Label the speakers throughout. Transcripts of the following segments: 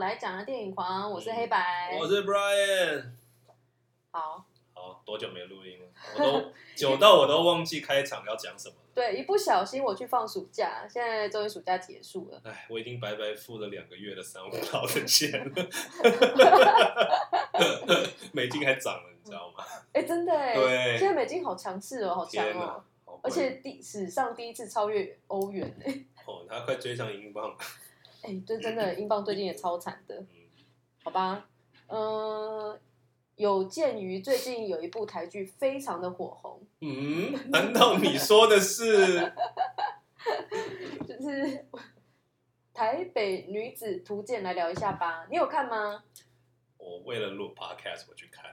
Speaker 1: 来讲的电影狂，我是黑白。
Speaker 2: 嗯我是 Brian。
Speaker 1: 好，
Speaker 2: 好，多久没录音了？ 我都久到我都忘记开场要讲什么了。
Speaker 1: 对，一不小心我去放暑假，现在终于暑假结束了。
Speaker 2: 哎，我已经白白付了两个月的三五刀的钱了， 美金还涨了，你知道吗？
Speaker 1: 哎，真的哎，
Speaker 2: 对
Speaker 1: 现在美金好强势哦，好强
Speaker 2: 天
Speaker 1: 哦
Speaker 2: 哪，，好贵
Speaker 1: 而且第史上第一次超越欧元 哎，
Speaker 2: 哦，它快追上英镑了。
Speaker 1: 哎，这真的英镑最近也超惨的，
Speaker 2: 嗯，
Speaker 1: 好吧？嗯，有鉴于最近有一部台剧非常的火红，
Speaker 2: 嗯，难道你说的是？
Speaker 1: 就是 《台北女子图鉴》，来聊一下吧。你有看吗？
Speaker 2: 我为了录 podcast 我去看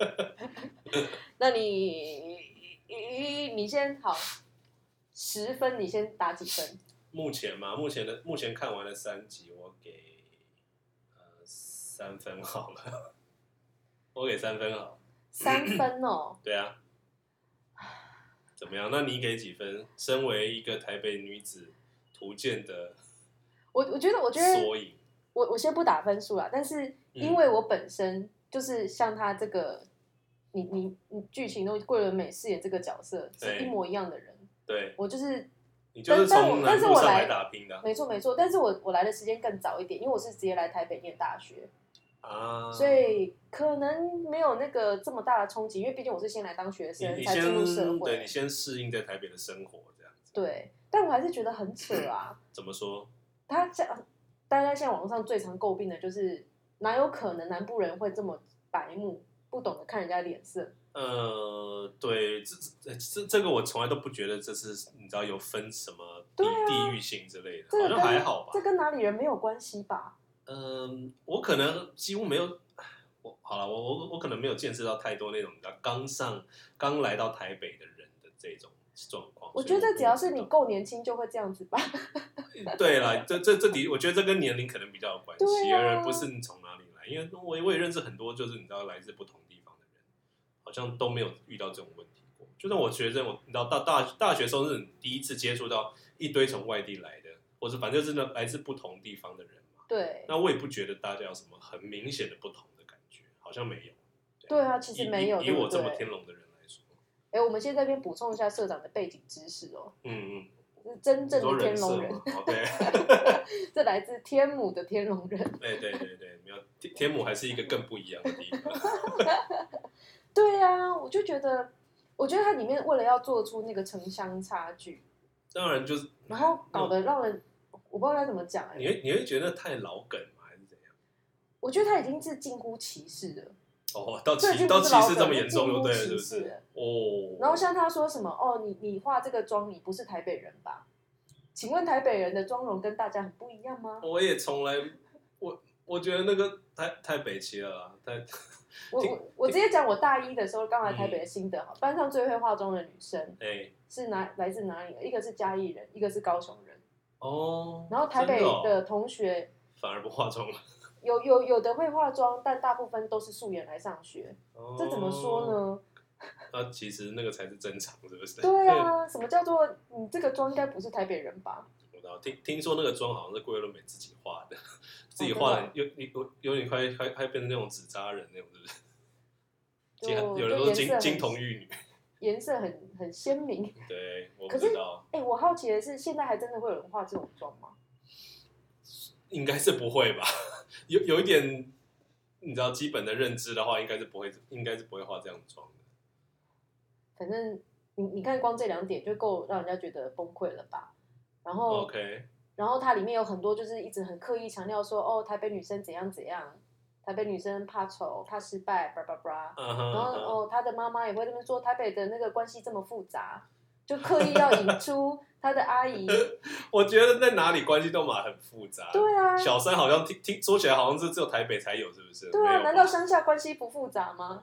Speaker 2: 了。
Speaker 1: 那你你你先好，十分你先打几 分？
Speaker 2: 目前嘛，目前的目前看完了三集，我给呃三分好了， 我给三分好。
Speaker 1: 三分哦，
Speaker 2: 对啊，怎么样？那你给几分？身为一个台北女子图鉴的
Speaker 1: 我我觉得我觉得
Speaker 2: 缩影，
Speaker 1: 我我先不打分数啦，但
Speaker 2: 嗯
Speaker 1: 是因为我本身就是像他这个，你你你剧情中桂纶镁饰演这个角色是
Speaker 2: 对
Speaker 1: 一模一样的人，
Speaker 2: 对
Speaker 1: 我就是
Speaker 2: 你就是
Speaker 1: 但但我
Speaker 2: 从南
Speaker 1: 但是
Speaker 2: 部
Speaker 1: 我
Speaker 2: 上
Speaker 1: 来
Speaker 2: 来打拼的啊
Speaker 1: 没错没错，但是我我来的时间更早一点，因为我是直接来台北念大学，
Speaker 2: 啊。
Speaker 1: 所以可能没有那个这么大的冲击，因为毕竟我是先来当学
Speaker 2: 你
Speaker 1: 生
Speaker 2: 你
Speaker 1: 才进入社
Speaker 2: 先对
Speaker 1: 会
Speaker 2: 你，先适应在台北的生活，这样子
Speaker 1: 对，但我还是觉得很扯啊。
Speaker 2: 怎么说？
Speaker 1: 他像大家现在网络上最常诟病的就是，哪有可能南部人会这么白目，不懂得看人家脸色？
Speaker 2: 呃，对，这这这这个我从来都不觉得这是你知道有分什么地、
Speaker 1: 对啊
Speaker 2: 地域性之类的，
Speaker 1: 这个
Speaker 2: 好像
Speaker 1: 跟
Speaker 2: 还好吧
Speaker 1: 这。跟哪里人没有关系吧？
Speaker 2: 嗯，我可能几乎没有，我好了，我我我可能没有见识到太多那种你知道刚上刚来到台北的人的这种状况。
Speaker 1: 我
Speaker 2: 所以
Speaker 1: 觉得只要是
Speaker 2: 不
Speaker 1: 你
Speaker 2: 知
Speaker 1: 够年轻，就会这样子 吧。
Speaker 2: 道对了，这这这的，我觉得这跟年龄可能比较有关系，
Speaker 1: 对啊
Speaker 2: 而不是你从哪里来，因为我也我也认识很多，就是你知道来自不同地方的人，好像都没有遇到这种问题过。就算我学生，我你知道大大大学时候是第一次接触到一堆从外地来的，或者反正真的来自不同地方的人嘛。
Speaker 1: 对，
Speaker 2: 那我也不觉得大家有什么很明显的不同的感觉，好像没有。
Speaker 1: 对啊，其实没有，
Speaker 2: 以以以
Speaker 1: 对不
Speaker 2: 我这么
Speaker 1: 对？
Speaker 2: 天龙的人来说，
Speaker 1: 哎，我们先在这边补充一下社长的背景知识哦，
Speaker 2: 嗯嗯，
Speaker 1: 是真
Speaker 2: 你
Speaker 1: 正
Speaker 2: 说
Speaker 1: 的天龙
Speaker 2: 设
Speaker 1: 人，
Speaker 2: 嘛，哦对
Speaker 1: 这来自天母的天龙人。
Speaker 2: 对对对对，没有天天母还是一个更不一样的地方。
Speaker 1: 对啊，我就觉得，我觉得它里面为了要做出那个城乡差距，
Speaker 2: 当然就 是，嗯
Speaker 1: 然后搞得让人我不知道该怎么讲哎、
Speaker 2: 你会你会觉得太老梗嘛，还是怎样？
Speaker 1: 我觉得他已经是近乎歧视了，
Speaker 2: 哦，到
Speaker 1: 这已
Speaker 2: 歧
Speaker 1: 经
Speaker 2: 到
Speaker 1: 不是
Speaker 2: 歧
Speaker 1: 老
Speaker 2: 视
Speaker 1: 梗
Speaker 2: 这么
Speaker 1: 是
Speaker 2: 严重，
Speaker 1: 近
Speaker 2: 就
Speaker 1: 乎
Speaker 2: 对了，是
Speaker 1: 歧
Speaker 2: 不
Speaker 1: 视
Speaker 2: 是？
Speaker 1: 了。
Speaker 2: 哦，
Speaker 1: 然后像他说什么哦，你你化这个妆，你不是台北人吧？请问台北人的妆容跟大家很不一样吗？
Speaker 2: 我也从来我我觉得那个太太北齐了啦，太
Speaker 1: 我
Speaker 2: 听
Speaker 1: 我我直接讲我大一的时候刚来台北
Speaker 2: 嗯
Speaker 1: 的心得哈，班上最会化妆的女生
Speaker 2: 哎
Speaker 1: 是哪来自哪里的？一个是嘉义人，一个是高雄人，
Speaker 2: 哦，
Speaker 1: 然后台北
Speaker 2: 真哦
Speaker 1: 的同学
Speaker 2: 反而不化妆了，
Speaker 1: 有有有的会化妆，但大部分都是素颜来上学，
Speaker 2: 哦
Speaker 1: 这怎么说？呢？
Speaker 2: 那其实那个才是正常，是不是？
Speaker 1: 对 啊，什么叫做你这个妆应该不是台北人吧？
Speaker 2: 我知道，听听说那个妆好像是桂纶镁自己画的，自己
Speaker 1: 哦真的
Speaker 2: 画的有有有有点快快快变成那种纸扎人那种，是不是？
Speaker 1: 就
Speaker 2: 金有人
Speaker 1: 就
Speaker 2: 说
Speaker 1: 颜色
Speaker 2: 金
Speaker 1: 很
Speaker 2: 金童玉女，
Speaker 1: 颜色很很鲜明。
Speaker 2: 对，我不
Speaker 1: 可是
Speaker 2: 知道，
Speaker 1: 哎、我好奇的是，现在还真的会有人化这种妆吗？
Speaker 2: 应该是不会吧？ 有有一点，你知道基本的认知的话，应该是不会，应该是不会画这样的妆的。
Speaker 1: 反正你你看，光这两点就够让人家觉得崩溃了吧？然后
Speaker 2: OK，
Speaker 1: 然后它里面有很多就是一直很刻意强调说，哦，台北女生怎样怎样，台北女生怕丑、怕失败，叭叭叭。
Speaker 2: 嗯
Speaker 1: 然后
Speaker 2: 哼，
Speaker 1: 哦，她的妈妈也会这边说，台北的那个关系这么复杂，就刻意要引出她的阿 姨。
Speaker 2: 我觉得在哪里关系都嘛很复杂。
Speaker 1: 对啊，
Speaker 2: 小三好像听听说起来好像是只有台北才有，是不是？
Speaker 1: 对
Speaker 2: 没
Speaker 1: 啊，
Speaker 2: 有
Speaker 1: 难
Speaker 2: 吧
Speaker 1: 道乡下关系不复杂吗？
Speaker 2: 哦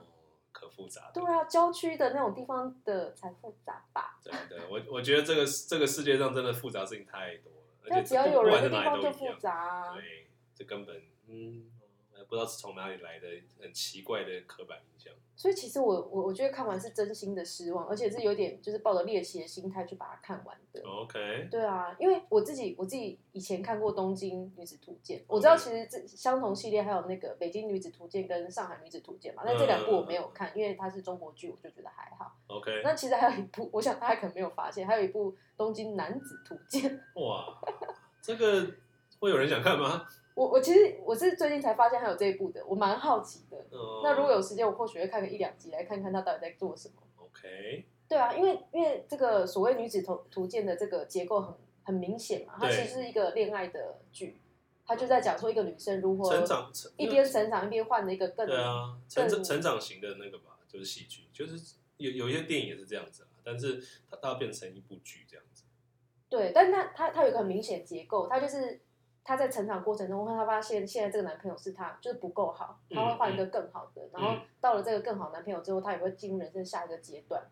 Speaker 2: 可复杂了
Speaker 1: 对啊，郊区的那种地方的才复杂吧。
Speaker 2: 对对，我我觉得这个这个世界上真的复杂事情太多了，而
Speaker 1: 那
Speaker 2: 且
Speaker 1: 只要
Speaker 2: 不
Speaker 1: 有
Speaker 2: 不
Speaker 1: 人的
Speaker 2: 管是
Speaker 1: 地
Speaker 2: 哪里
Speaker 1: 方
Speaker 2: 都
Speaker 1: 就
Speaker 2: 一
Speaker 1: 复
Speaker 2: 样。
Speaker 1: 杂啊。
Speaker 2: 对，这根本嗯，我也不不知道是从哪里来的很奇怪的刻板印象。
Speaker 1: 所以其实我我我觉得看完是真心的失望，而且是有点就是抱着猎奇的心态去把它看完的。
Speaker 2: OK，
Speaker 1: 对啊，因为我自己我自己以前看过《东京女子图鉴》，我知道其实这相同系列还有那个《北京女子图鉴》跟《上海女子图鉴》嘛，但这两部我没有看，因为它是中国剧，我就觉得还好。
Speaker 2: OK，
Speaker 1: 那其实还有一部，我想大家可能没有发现，还有一部《东京男子图鉴》
Speaker 2: 哇，这个会有人想看吗？
Speaker 1: 我。我其实我是最近才发现还有这一部的，我蛮好奇的。
Speaker 2: 呃
Speaker 1: 那如果有时间，我或许会看个一两集，来看看他到底在做什么。
Speaker 2: OK，
Speaker 1: 对啊，因为因为这个所谓女子图图鉴的这个结构很很明显嘛，它
Speaker 2: 对嗯
Speaker 1: 其实是一个恋爱的剧，它就在讲说一个女生如何
Speaker 2: 成长成呃
Speaker 1: 一边成长一边换了一个更
Speaker 2: 对啊，成长
Speaker 1: 更
Speaker 2: 成长型的那个吧，就是戏剧，就是有有一些电影也是这样子啊，但是它它变成一部剧这样子。
Speaker 1: 对，但他他他有一个很明显的结构，他就是他在成长过程中，他发现现在这个男朋友是他就是不够好，
Speaker 2: 嗯
Speaker 1: 他会换一个更好的，然
Speaker 2: 嗯
Speaker 1: 后到了这个更好的男朋友之后，他也会进入人生下一个阶段。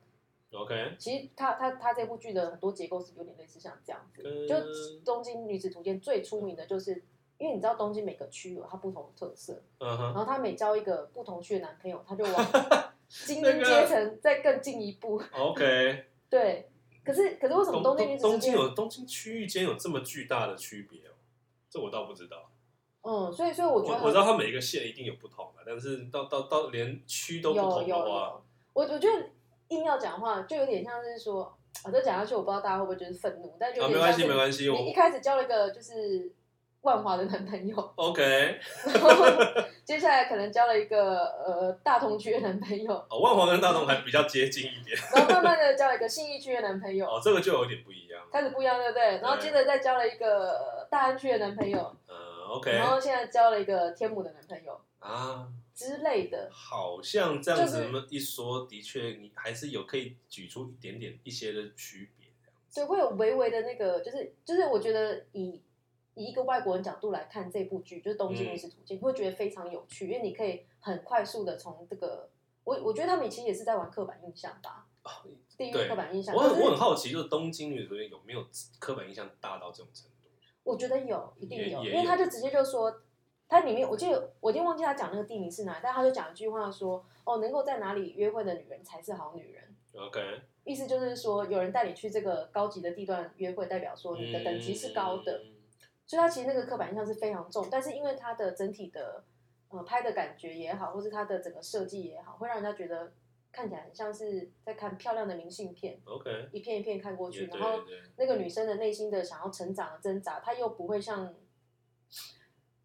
Speaker 2: OK，
Speaker 1: 其实他他他这部剧的很多结构是有点类似像这样子，
Speaker 2: 跟
Speaker 1: 就《东京女子图鉴》最出名的就是。因为你知道东京每个区有它不同的特色，
Speaker 2: 嗯
Speaker 1: 然
Speaker 2: 哼，
Speaker 1: 后她每交一个不同区的男朋友，她 就往精英阶层再更进一步。
Speaker 2: OK，
Speaker 1: 对，可是可是为什么东
Speaker 2: 东
Speaker 1: 京女子
Speaker 2: 东
Speaker 1: 图
Speaker 2: 东京
Speaker 1: 鉴？
Speaker 2: 有东京区域间有这么巨大的区别哦，这我倒不知道。
Speaker 1: 嗯，所以所以我觉得
Speaker 2: 我我知道它每个县一定有不同的，但是到到到连区都不
Speaker 1: 有
Speaker 2: 同
Speaker 1: 有
Speaker 2: 的话，啊
Speaker 1: 有，我我觉得硬要讲话，就有点像是说，我这讲下去，我不知道大家会不会觉得愤怒，但就有
Speaker 2: 啊，没
Speaker 1: 点
Speaker 2: 关
Speaker 1: 像
Speaker 2: 系
Speaker 1: 是
Speaker 2: 没关系，
Speaker 1: 你一
Speaker 2: 我
Speaker 1: 开始交了一个就是万华的男朋友，
Speaker 2: OK。
Speaker 1: 然后 接下来可能交了一个呃大同区的男朋 友，
Speaker 2: 哦，万华跟大同还比较接近一点，
Speaker 1: 然后慢慢的交了一个信义区的男朋友，
Speaker 2: 哦，这个就有点不一样。
Speaker 1: 开始不一样，对不对？然后接着再交了一个呃大安区的男朋友，
Speaker 2: 嗯，OK
Speaker 1: 然后现在交了一个天母的男朋友
Speaker 2: 啊，
Speaker 1: 之类的。
Speaker 2: 好像这样子
Speaker 1: 就是
Speaker 2: 那么一说，的确你还是有可以举出一点点一些的区别。
Speaker 1: 所以会有微微的那个，就是就是，我觉得以以一个外国人角度来看这部剧，就是《东京
Speaker 2: 嗯
Speaker 1: 女子图鉴》，你会觉得非常有趣，因为你可以很快速的从这个，我我觉得他们其实也是在玩刻板印象吧，地域
Speaker 2: 哦对
Speaker 1: 刻板印象。
Speaker 2: 我
Speaker 1: 可
Speaker 2: 很
Speaker 1: 是
Speaker 2: 我很好奇，就是东京女主角有没有刻板印象大到这种程度？
Speaker 1: 我觉得有，一定
Speaker 2: 也
Speaker 1: 有，
Speaker 2: 也
Speaker 1: 因为他
Speaker 2: 有
Speaker 1: 就直接就说，他里面我记得我已经忘记他讲那个地名是哪里，但他就讲一句话说，哦，能够在哪里约会的女人才是好女人。
Speaker 2: OK，
Speaker 1: 意思就是说，有人带你去这个高级的地段约会，代表说你的等级是高的。
Speaker 2: 嗯
Speaker 1: 所以它其实那个刻板印象是非常重，但是因为它的整体的呃拍的感觉也好，或是它的整个设计也好，会让人家觉得看起来很像是在看漂亮的明信片，
Speaker 2: OK，
Speaker 1: 一片一片看过
Speaker 2: 也
Speaker 1: 去，
Speaker 2: 对
Speaker 1: 然后
Speaker 2: 对
Speaker 1: 那个女生的内心的想要成长的挣扎，她又不会像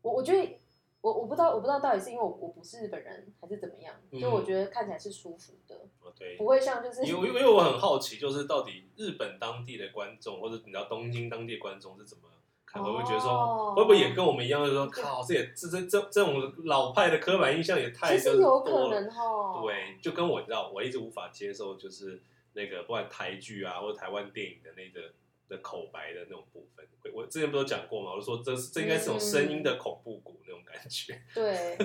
Speaker 1: 我，我觉得我我不知道我不知道到底是因为我我不是日本人还是怎么样，
Speaker 2: 嗯
Speaker 1: 就我觉得看起来是舒服的，
Speaker 2: 哦对
Speaker 1: 不，会像就是
Speaker 2: 因为因为我很好奇，就是到底日本当地的观众，或者你知道东京当地的观众是怎么看，会不会觉得
Speaker 1: 哦
Speaker 2: 说，会不会也跟我们一样，就是说，靠，这也这这这这种老派的刻板印象也太
Speaker 1: 其
Speaker 2: 就
Speaker 1: 实
Speaker 2: 是
Speaker 1: 有
Speaker 2: 多
Speaker 1: 可
Speaker 2: 了
Speaker 1: 能哦哈，
Speaker 2: 对，就跟我知道，我一直无法接受，就是那个不管台剧啊，或者台湾电影的那个的口白的那种部分。我我之前不是有讲过嘛，我就说这是这应该
Speaker 1: 嗯
Speaker 2: 是种声音的恐怖谷那种感觉，
Speaker 1: 对。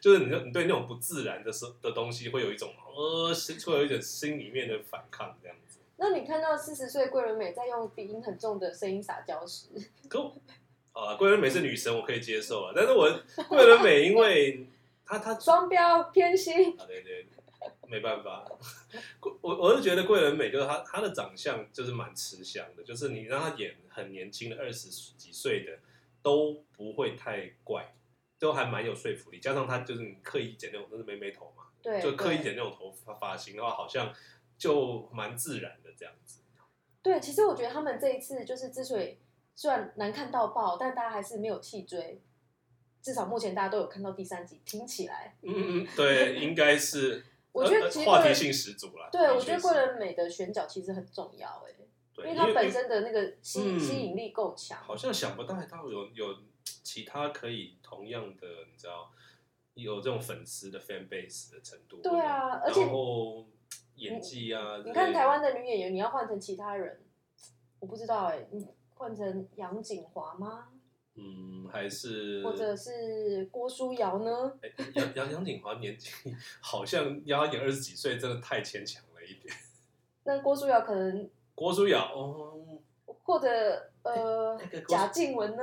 Speaker 2: 就是你你对那种不自然的声的东西会有一种呃，是会有一种心里面的反抗这样子。
Speaker 1: 那你看到四十岁桂纶镁在用鼻音很重的声音撒娇时，
Speaker 2: 可我啊，桂纶镁是女神，我可以接受啊，但是我桂纶镁因为她她
Speaker 1: 双标偏心，
Speaker 2: 啊，对对，没办法。桂我我是觉得桂纶镁就是她，她的长相就是蛮吃香的，就是你让她演很年轻的二十几岁的都不会太怪，都还蛮有说服力。加上她就是你刻意剪那种，就是妹妹头嘛，
Speaker 1: 对，
Speaker 2: 就刻意
Speaker 1: 对
Speaker 2: 剪那种头发发型的话，好像就蛮自然的这样子。
Speaker 1: 对，其实我觉得他们这一次就是之所以虽然难看到爆，但大家还是没有弃追，至少目前大家都有看到第三集，听起来，
Speaker 2: 嗯，嗯，对，应该是。
Speaker 1: 我觉得
Speaker 2: 呃
Speaker 1: 其实
Speaker 2: 话
Speaker 1: 桂
Speaker 2: 题
Speaker 1: 纶
Speaker 2: 性十足啦。
Speaker 1: 对
Speaker 2: 的
Speaker 1: 我
Speaker 2: 确
Speaker 1: 觉得
Speaker 2: 是
Speaker 1: 桂纶镁的选角其实很重要、欸，
Speaker 2: 对
Speaker 1: 因为
Speaker 2: 因
Speaker 1: 她
Speaker 2: 为
Speaker 1: 本身的那个吸、
Speaker 2: 嗯
Speaker 1: 吸引力够强，
Speaker 2: 好像想不到到有有其他可以同样的，你知道有这种粉丝的 fan base 的程度。
Speaker 1: 对啊，而且
Speaker 2: 然后演技啊，
Speaker 1: 你看台湾的女演员，你要换成其他人，我不知道哎、你换成杨锦华吗？
Speaker 2: 之类的，嗯，还是
Speaker 1: 或者是郭书瑶呢？
Speaker 2: 哎杨杨杨景华年纪 好像要演二十几岁，真的太牵强了一点。
Speaker 1: 那郭书瑶可能
Speaker 2: 郭书瑶，哦，
Speaker 1: 或者呃
Speaker 2: 那个郭
Speaker 1: 贾
Speaker 2: 书
Speaker 1: 静雯呢？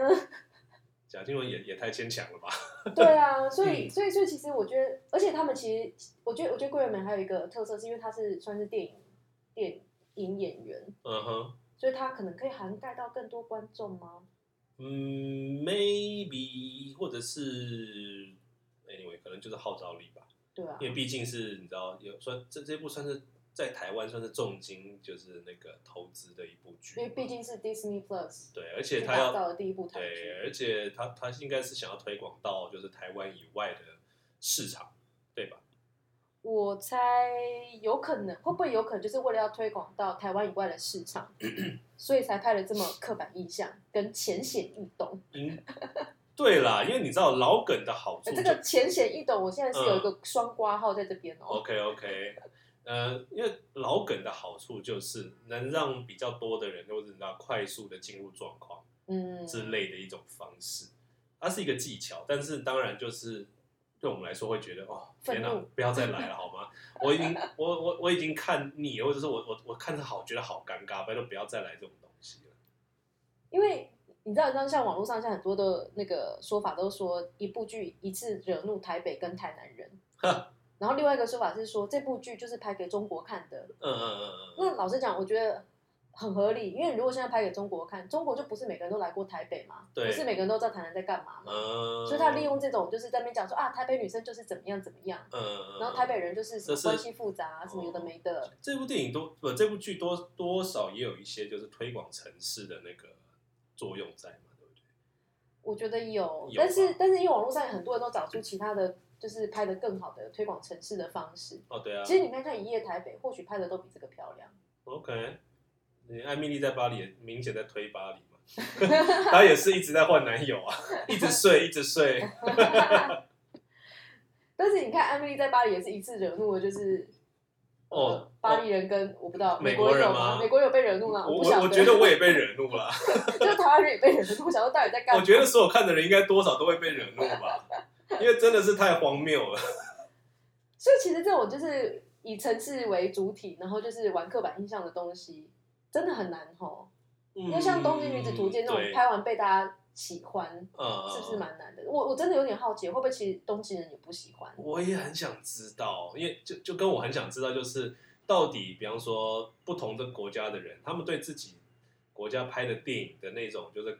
Speaker 2: 贾静雯也也太牵强了吧？
Speaker 1: 对啊，所以
Speaker 2: 嗯
Speaker 1: 所以所以其实我觉得，而且他们其实，我觉得我觉得桂纶镁还有一个特色，是因为他是算是电影电影演员，
Speaker 2: 嗯哼，
Speaker 1: 所以他可能可以涵盖到更多观众吗？
Speaker 2: 嗯，maybe 或者是 anyway，可能就是号召力吧，
Speaker 1: 对啊，
Speaker 2: 因为毕竟是你知道，有算这这部算是在台湾算是重金就是那个投资的一部剧，
Speaker 1: 因为毕竟是 Disney Plus
Speaker 2: 对，而且
Speaker 1: 去
Speaker 2: 他
Speaker 1: 打
Speaker 2: 要
Speaker 1: 造的第一部台
Speaker 2: 对，
Speaker 1: 剧，
Speaker 2: 而且他他应该是想要推广到就是台湾以外的市场，对吧？
Speaker 1: 我猜有可能会不会有可能就是为了要推广到台湾以外的市 场，所以才拍了这么刻板印象跟浅显易懂。
Speaker 2: 嗯，对啦，因为你知道老梗的好处
Speaker 1: 呃
Speaker 2: 就、嗯
Speaker 1: 这个浅显易懂，我现在是有一个双挂号在这边哦。
Speaker 2: OK OK，呃，因为老梗的好处就是能让比较多的人，或者你知道快速的进入状况
Speaker 1: 嗯，
Speaker 2: 之类的一种方式，它是一个技巧，但是当然就是对我们来说会觉得哦，天哪
Speaker 1: 愤怒，
Speaker 2: 不要再来了好吗？我已经我我我已经看腻了，或者是我我我看着好觉得好尴尬，拜托不要再来这种东西了。
Speaker 1: 因为你知道，像像网络上像很多的那个说法都说，一部剧一次惹怒台北跟台南人。
Speaker 2: 呵
Speaker 1: 然后另外一个说法是说，这部剧就是拍给中国看的。
Speaker 2: 嗯嗯嗯嗯嗯，
Speaker 1: 那老实讲，我觉得很合理，因为如果现在拍给中国看，中国就不是每个人都来过台北嘛，
Speaker 2: 对
Speaker 1: 不是每个人都知道台南在干嘛嘛，
Speaker 2: 嗯，
Speaker 1: 所以他利用这种就是在那边讲说啊，台北女生就是怎么样怎么样，
Speaker 2: 嗯，嗯，
Speaker 1: 然后台
Speaker 2: 人。
Speaker 1: 北人就是什
Speaker 2: 这
Speaker 1: 么
Speaker 2: 是哦
Speaker 1: 关系复杂、啊、什么有的没的，
Speaker 2: 这部电影多不，这部剧多多少也有一些就是推广城市的那个作用在嘛，对不对？
Speaker 1: 我觉得有，
Speaker 2: 有
Speaker 1: 但是
Speaker 2: 吧
Speaker 1: 但是因为网络上很多人都找出其他的，就是拍的更好的推广城市的方式。
Speaker 2: 哦，对啊
Speaker 1: 其实你看看《一夜台北》，或许拍的都比这个漂亮。
Speaker 2: ，OK，你艾米丽在巴黎也明显在推巴黎嘛， 她也是一直在换男友啊，一直睡，一直睡，
Speaker 1: 但是你看，安利在巴黎也是一次惹怒了，就是呃
Speaker 2: 哦
Speaker 1: 巴黎人跟我不知道
Speaker 2: 美
Speaker 1: 国
Speaker 2: 国人
Speaker 1: 有吗？
Speaker 2: 吗
Speaker 1: 美国有被惹怒吗？
Speaker 2: 我
Speaker 1: 不
Speaker 2: 我
Speaker 1: 晓
Speaker 2: 我觉得我也被惹怒了，
Speaker 1: 就是台湾人也被惹怒，我想说到底在干嘛？
Speaker 2: 我觉得所有看的人应该多少都会被惹怒吧，因为真的是太荒谬了。嗯
Speaker 1: 所以其实这种就是以城市为主体，然后就是玩刻板印象的东西，真的很难吼。
Speaker 2: 因
Speaker 1: 因为像《东京女子图鉴》那种拍完被大家喜欢，
Speaker 2: 嗯，
Speaker 1: 是不是蛮难的？我我真的有点好奇，会不会其实东京人也不喜欢？
Speaker 2: 我也很想知道，因为就就跟我很想知道，就是到底，比方说不同的国家的人，他们对自己国家拍的电影的那种，就是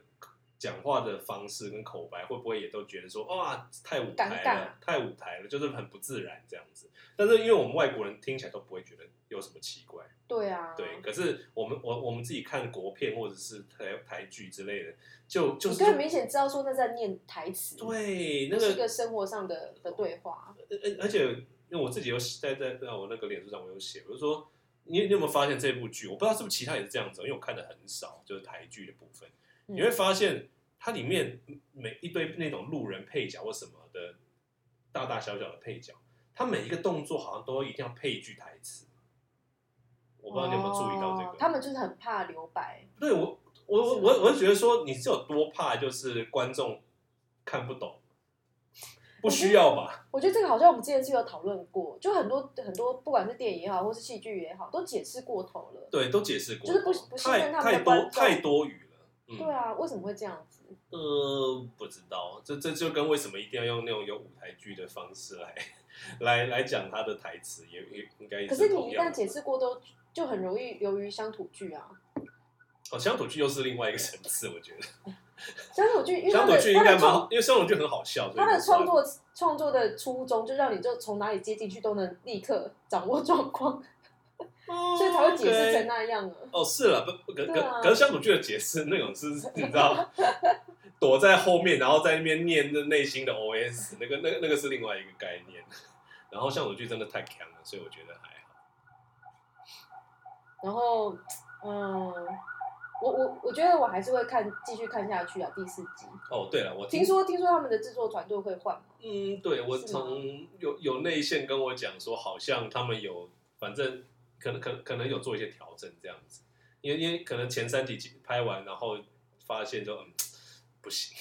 Speaker 2: 讲话的方式跟口白，会不会也都觉得说，哇，太舞台
Speaker 1: 尴
Speaker 2: 了，太舞台了，就是很不自然这样子。但是因为我们外国人听起来都不会觉得有什么奇怪，
Speaker 1: 对啊，
Speaker 2: 对。可是我们我我们自己看国片或者是台台剧之类的，就就
Speaker 1: 你
Speaker 2: 是
Speaker 1: 可以明显知道说那在念台词，，
Speaker 2: 对那
Speaker 1: 是一
Speaker 2: 个
Speaker 1: 个生活上的的对话。
Speaker 2: 而而而且因为我自己有写在在在我那个脸书上我有写，我就说你你有没有发现这部剧？我不知道是不是其他也是这样子，哦因为我看的很少，就是台剧的部分，
Speaker 1: 嗯
Speaker 2: 你会发现它里面每一堆那种路人配角或什么的，大大小小的配角，他每一个动作好像都一定要配一句台词。我不知道你有没有注意到这个？
Speaker 1: 哦他们就是很怕留白，
Speaker 2: 对我，我我我我就觉得说你是有多怕，就是观众看不懂，不需要吧？
Speaker 1: 我觉得这个好像我们之前是有讨论过，就很多很多，不管是电影也好，或是戏剧也好，都解释过头了。
Speaker 2: 对，都解释过，
Speaker 1: 就是不不信
Speaker 2: 太
Speaker 1: 任他们的
Speaker 2: 太
Speaker 1: 观
Speaker 2: 多
Speaker 1: 众
Speaker 2: 太多余了。嗯，
Speaker 1: 对啊，为什么会这样子？
Speaker 2: 呃，不知道，这这就跟为什么一定要用那种有舞台剧的方式来 来来讲他的台词，也也应该也
Speaker 1: 可是你
Speaker 2: 同
Speaker 1: 一
Speaker 2: 样
Speaker 1: 旦
Speaker 2: 的
Speaker 1: 解释过多，就很容易流于乡土剧啊。
Speaker 2: 哦，乡土剧又是另外一个层次，我觉得
Speaker 1: 乡土剧，因为他
Speaker 2: 乡土
Speaker 1: 的
Speaker 2: 剧应
Speaker 1: 他
Speaker 2: 该
Speaker 1: 的
Speaker 2: 蛮
Speaker 1: 创
Speaker 2: 好，因为乡土剧很好笑，所以
Speaker 1: 他的
Speaker 2: 就算
Speaker 1: 创
Speaker 2: 了
Speaker 1: 作创作的初衷，就让你就从哪里接进去都能立刻掌握状况，
Speaker 2: 哦
Speaker 1: 所以才会解释
Speaker 2: OK
Speaker 1: 成那样啊。
Speaker 2: 哦，是了，不不可
Speaker 1: 对啊
Speaker 2: 可可是乡土剧的解释那种是，你知道，躲在后面，然后在那边念那内心的 OS，那个那个那个是另外一个概念。然后乡土剧真的太强了，所以我觉得还好。
Speaker 1: 然后，嗯，我我我觉得我还是会看继续看下去啊，第四集。
Speaker 2: 哦，对了，我
Speaker 1: 听说听说他们的制作团队会换嘛？
Speaker 2: 嗯，对我
Speaker 1: 是吗
Speaker 2: 从有有内线跟我讲说，好像他们有，反正可能可能可能有做一些调整这样子，因为因为可能前三集拍完，然后发现就嗯不行，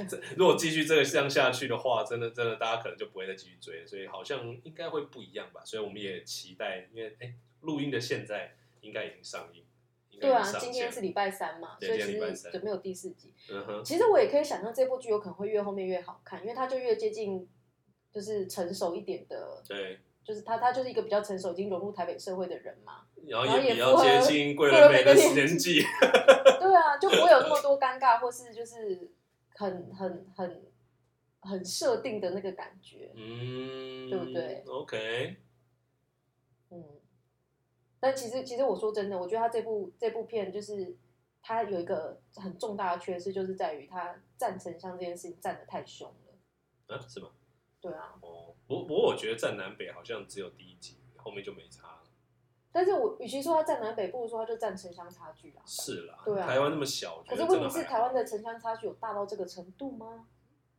Speaker 1: 嗯
Speaker 2: 这如果继续这个这样下去的话，真的真的大家可能就不会再继续追，所以好像应该会不一样吧，所以我们也期待，因为哎录音的现在应该已经上映，应跟
Speaker 1: 对啊
Speaker 2: 你，上
Speaker 1: 今天
Speaker 2: 线
Speaker 1: 是礼拜三嘛，
Speaker 2: 对
Speaker 1: 所以
Speaker 2: 今
Speaker 1: 其
Speaker 2: 天礼拜
Speaker 1: 实
Speaker 2: 三
Speaker 1: 准备有第四集。
Speaker 2: 嗯哼，
Speaker 1: 其实我也可以想象这部剧有可能会越后面越好看，因为它就越接近就是成熟一点的，
Speaker 2: 对，
Speaker 1: 就是他他就是一个比较成熟、已经融入台北社会的人嘛。
Speaker 2: 然后
Speaker 1: 然后
Speaker 2: 也
Speaker 1: 也
Speaker 2: 比
Speaker 1: 符
Speaker 2: 较
Speaker 1: 合
Speaker 2: 接近桂纶
Speaker 1: 纶
Speaker 2: 镁
Speaker 1: 镁的
Speaker 2: 的年
Speaker 1: 年
Speaker 2: 纪，
Speaker 1: 对啊，就不会有那么多尴尬，或是就是很很很很设定的那个感觉，
Speaker 2: 嗯，
Speaker 1: 对不对
Speaker 2: ？OK，
Speaker 1: 嗯。但其实其实我说真的，我觉得他这部这部片就是他有一个很重大的缺失，就是在于他站城乡这件事情站得太凶了。
Speaker 2: 啊，是吗？
Speaker 1: 对啊，
Speaker 2: 哦，不不过我觉得站南北好像只有第一集，后面就没差了。
Speaker 1: 但是我与其说他站南北，不如说他就站城乡差距啊。
Speaker 2: 是啦，
Speaker 1: 对啊
Speaker 2: 台湾那么小，我觉
Speaker 1: 可
Speaker 2: 得
Speaker 1: 是
Speaker 2: 真
Speaker 1: 问
Speaker 2: 的
Speaker 1: 题是，
Speaker 2: 还
Speaker 1: 台
Speaker 2: 好
Speaker 1: 湾的城乡差距有大到这个程度吗？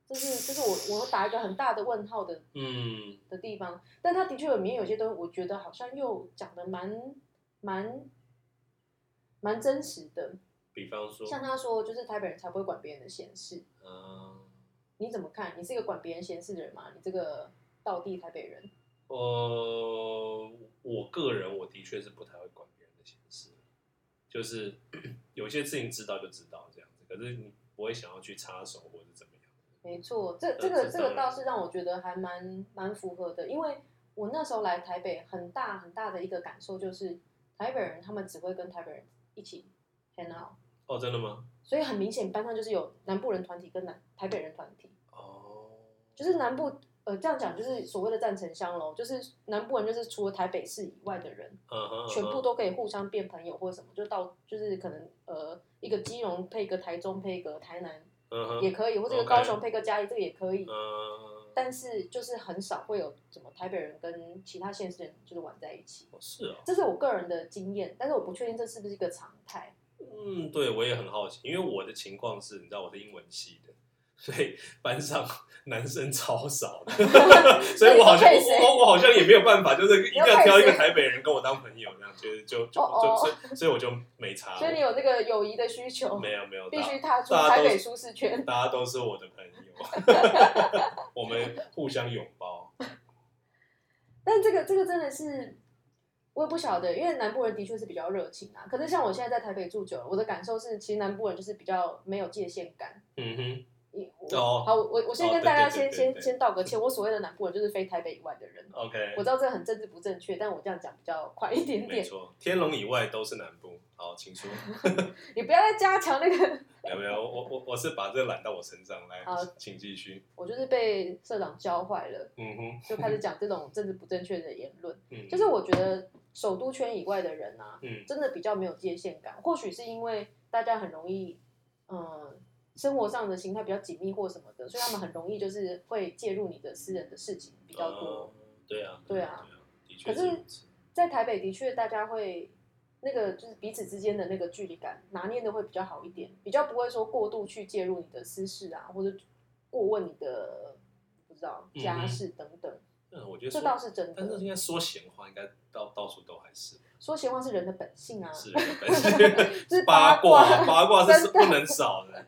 Speaker 1: 这是这是我我打一个很大的问号的
Speaker 2: 嗯，
Speaker 1: 的地方，但它的确里面有些东西，我觉得好像又讲的蛮蛮蛮真实的。
Speaker 2: 比方说，
Speaker 1: 像他说，就是台北人才不会管别人的闲事，
Speaker 2: 嗯，
Speaker 1: 你怎么看？你是一个管别人闲事的人吗？你这个道地台北人，
Speaker 2: 呃，我个人我的确是不太会管别人的闲事，就是 有些事情知道就知道这样子，可是你不会想要去插手或者怎么样。
Speaker 1: 没错，这
Speaker 2: 呃
Speaker 1: 这个
Speaker 2: 这
Speaker 1: 这
Speaker 2: 当
Speaker 1: 个
Speaker 2: 然
Speaker 1: 倒是让我觉得还蛮蛮符合的，因为我那时候来台北，很大很大的一个感受就是，台北人他们只会跟台北人一起 hang out，
Speaker 2: 哦，真的吗？
Speaker 1: 所以很明显班上就是有南部人团体跟南台北人团体。
Speaker 2: 哦，
Speaker 1: 就是南部呃这样讲就是所谓的站城乡喽，就是南部人就是除了台北市以外的人，
Speaker 2: 嗯哼，嗯哼
Speaker 1: 全部都可以互相变朋友或者什么，就到就是可能呃一个基隆配一个台中配一个台南
Speaker 2: 嗯哼，
Speaker 1: 也可以，或者一个
Speaker 2: OK
Speaker 1: 高雄配一个嘉义这个也可以，
Speaker 2: 嗯，
Speaker 1: 但是就是很少会有怎么台北人跟其他县市人就是玩在一起。
Speaker 2: 哦是哦，
Speaker 1: 这是我个人的经验，但是我不确定这是不是一个常态。
Speaker 2: 嗯，对，我也很好奇，因为我的情况是，你知道我是英文系的，所以班上 男生超少的， 所以我好像
Speaker 1: 那你都配
Speaker 2: 我
Speaker 1: 谁
Speaker 2: 我我好像也没有办法，就是一定要挑一
Speaker 1: 你都配
Speaker 2: 个
Speaker 1: 谁
Speaker 2: 台北人跟我当朋友，这样就是就就
Speaker 1: 哦哦
Speaker 2: 就所以所以我就没差，
Speaker 1: 所以你有那个友谊的需求，
Speaker 2: 啊没有没有
Speaker 1: 必须踏
Speaker 2: 大
Speaker 1: 出
Speaker 2: 大家
Speaker 1: 台
Speaker 2: 都
Speaker 1: 北舒适圈。
Speaker 2: 大家都是我的朋友， 我们互相拥抱，
Speaker 1: 但这个这个真的是，我也不晓得，因为南部人的确是比较热情啊。可是像我现在在台北住久了，我的感受是，其实南部人就是比较没有界限感。
Speaker 2: 嗯哼，
Speaker 1: 你我
Speaker 2: 哦
Speaker 1: 好，我我先
Speaker 2: 哦
Speaker 1: 跟
Speaker 2: 对
Speaker 1: 大家
Speaker 2: 对对
Speaker 1: 先
Speaker 2: 对对
Speaker 1: 先先道 个歉，我所谓的南部人就是非台北以外的人。
Speaker 2: ，OK，
Speaker 1: 我知道这很政治不正确，但我这样讲比较快一点
Speaker 2: 没
Speaker 1: 点。
Speaker 2: 错，天龙以外都是南部，好，请说，
Speaker 1: 你不要再加强那个，
Speaker 2: 没有没有，我我我是把这个揽到我身上来
Speaker 1: 好，
Speaker 2: 请继续，
Speaker 1: 我就是被社长教坏了，
Speaker 2: 嗯哼，
Speaker 1: 就开始讲这种政治不正确的言论。
Speaker 2: 嗯，
Speaker 1: 就是我觉得首都圈以外的人啊，
Speaker 2: 嗯
Speaker 1: 真的比较没有界限感。或许是因为大家很容易，嗯、生活上的形态比较紧密或什么的，所以他们很容易就是会介入你的私人的事情比较多。
Speaker 2: 哦对啊，
Speaker 1: 对
Speaker 2: 啊
Speaker 1: 啊，
Speaker 2: 的确
Speaker 1: 可是
Speaker 2: 如此。
Speaker 1: 在台北的确，大家会那个就是彼此之间的那个距离感拿捏的会比较好一点，比较不会说过度去介入你的私事啊，或者过问你的不知道
Speaker 2: 嗯哼
Speaker 1: 家事等等，
Speaker 2: 嗯，我觉得
Speaker 1: 这
Speaker 2: 说，
Speaker 1: 倒是真
Speaker 2: 但是
Speaker 1: 的。
Speaker 2: 应该说闲话，应该到到处都还是
Speaker 1: 说闲话是人的本性啊，
Speaker 2: 是人 本性
Speaker 1: 就是
Speaker 2: 八卦，
Speaker 1: 卦
Speaker 2: 八卦是
Speaker 1: 真的
Speaker 2: 不能少的，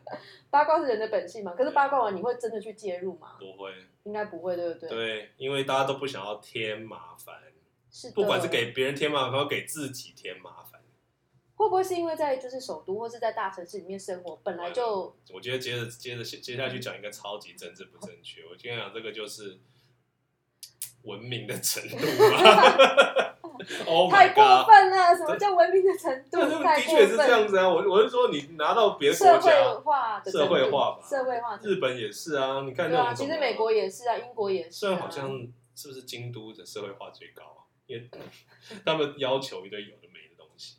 Speaker 1: 八卦是人的本性嘛，可是八卦完你会真的去介入吗？
Speaker 2: 不会
Speaker 1: 应该不会，对 不对？，
Speaker 2: 对，因为大家都不想要添麻烦，
Speaker 1: 是的。
Speaker 2: 不管是给别人添麻烦，或给自己添麻烦，
Speaker 1: 会不会是因为在就是首都或是在大城市里面生活，本来就
Speaker 2: 我觉得接着接着接下去讲一个超级政治不正确，我今天讲这个就是文明的程度嘛 ，Oh
Speaker 1: 太
Speaker 2: my
Speaker 1: 过
Speaker 2: god！
Speaker 1: 分了？什么叫文明的程度
Speaker 2: 但是？
Speaker 1: 太
Speaker 2: 的
Speaker 1: 过
Speaker 2: 确是
Speaker 1: 分
Speaker 2: 这样子啊，我我是说你拿到别的国
Speaker 1: 社会
Speaker 2: 家，
Speaker 1: 化的程
Speaker 2: 社
Speaker 1: 度
Speaker 2: 会化吧
Speaker 1: 社会化程
Speaker 2: 日本也是啊，你
Speaker 1: 度
Speaker 2: 看
Speaker 1: 对
Speaker 2: 那种
Speaker 1: 啊，其
Speaker 2: 什
Speaker 1: 实
Speaker 2: 么
Speaker 1: 美国也是啊，英国也是、
Speaker 2: 虽
Speaker 1: 啊。
Speaker 2: 然好像是不是京都的社会化最高啊，因为他们要求一堆有的没的东西，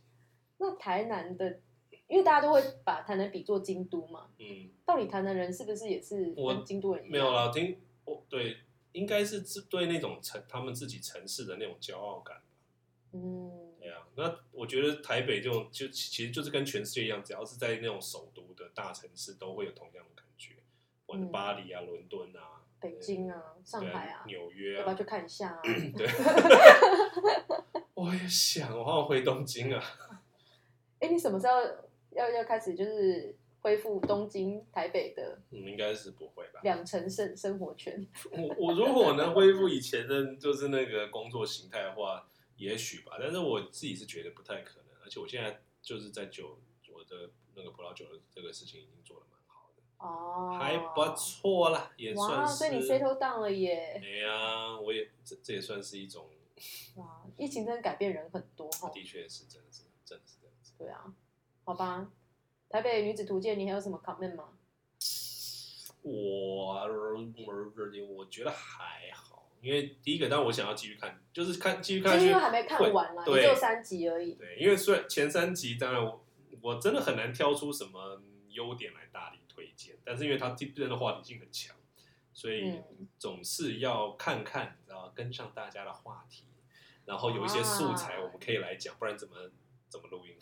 Speaker 1: 那台南的，因为大家都会把台南比作京都嘛，
Speaker 2: 嗯，
Speaker 1: 到底台南人是不是也是
Speaker 2: 我
Speaker 1: 跟京都人一样？
Speaker 2: 没有啦，听我对，应该是自对那种城他们自己城市的那种骄傲感。
Speaker 1: 嗯，
Speaker 2: 对啊，那我觉得台北这种就其其实就是跟全世界一样，只要是在那种首都的大城市，都会有同样的感觉，不管是
Speaker 1: 嗯
Speaker 2: 巴黎啊、伦敦啊、
Speaker 1: 北京啊，上
Speaker 2: 对
Speaker 1: 海啊，
Speaker 2: 纽约
Speaker 1: 要不要
Speaker 2: 啊，
Speaker 1: 去看一下啊？
Speaker 2: 对。我也想，我好想回东京啊！
Speaker 1: 哎、你什么时候要要开始就是恢复东京、台北的
Speaker 2: 嗯，应该是不会吧？
Speaker 1: 两城生生活圈？
Speaker 2: 我我如果能恢复以前的，就是那个工作形态的话，也许吧。但是我自己是觉得不太可能，而且我现在就是在酒我的那个葡萄酒的这个事情已经做的蛮好的，
Speaker 1: 哦，
Speaker 2: 还不错啦，也
Speaker 1: 哇，
Speaker 2: 算是。
Speaker 1: 所以你 settle down 了耶！
Speaker 2: 哎呀，我也这这也算是一种，
Speaker 1: 哇，疫情真的改变人很多哈。
Speaker 2: 的确是真的是真的是这样子。
Speaker 1: 对啊，好吧。台北女子图鉴，你还有什么 comment 吗？
Speaker 2: 我我觉得还好，因为第一个，当然我想要继续看，就是看继续
Speaker 1: 就
Speaker 2: 看下
Speaker 1: 是
Speaker 2: 去
Speaker 1: 因为。还没看完啦，也
Speaker 2: 对
Speaker 1: 只有三集而已。
Speaker 2: 对，因为虽然前三集，当然我我真的很难挑出什么优点来大力推荐，但是因为它真的话题性很强，所以
Speaker 1: 嗯，
Speaker 2: 总是要看看，你知道，跟上大家的话题，然后有一些素材
Speaker 1: 啊
Speaker 2: 我们可以来讲，不然怎么怎么录音？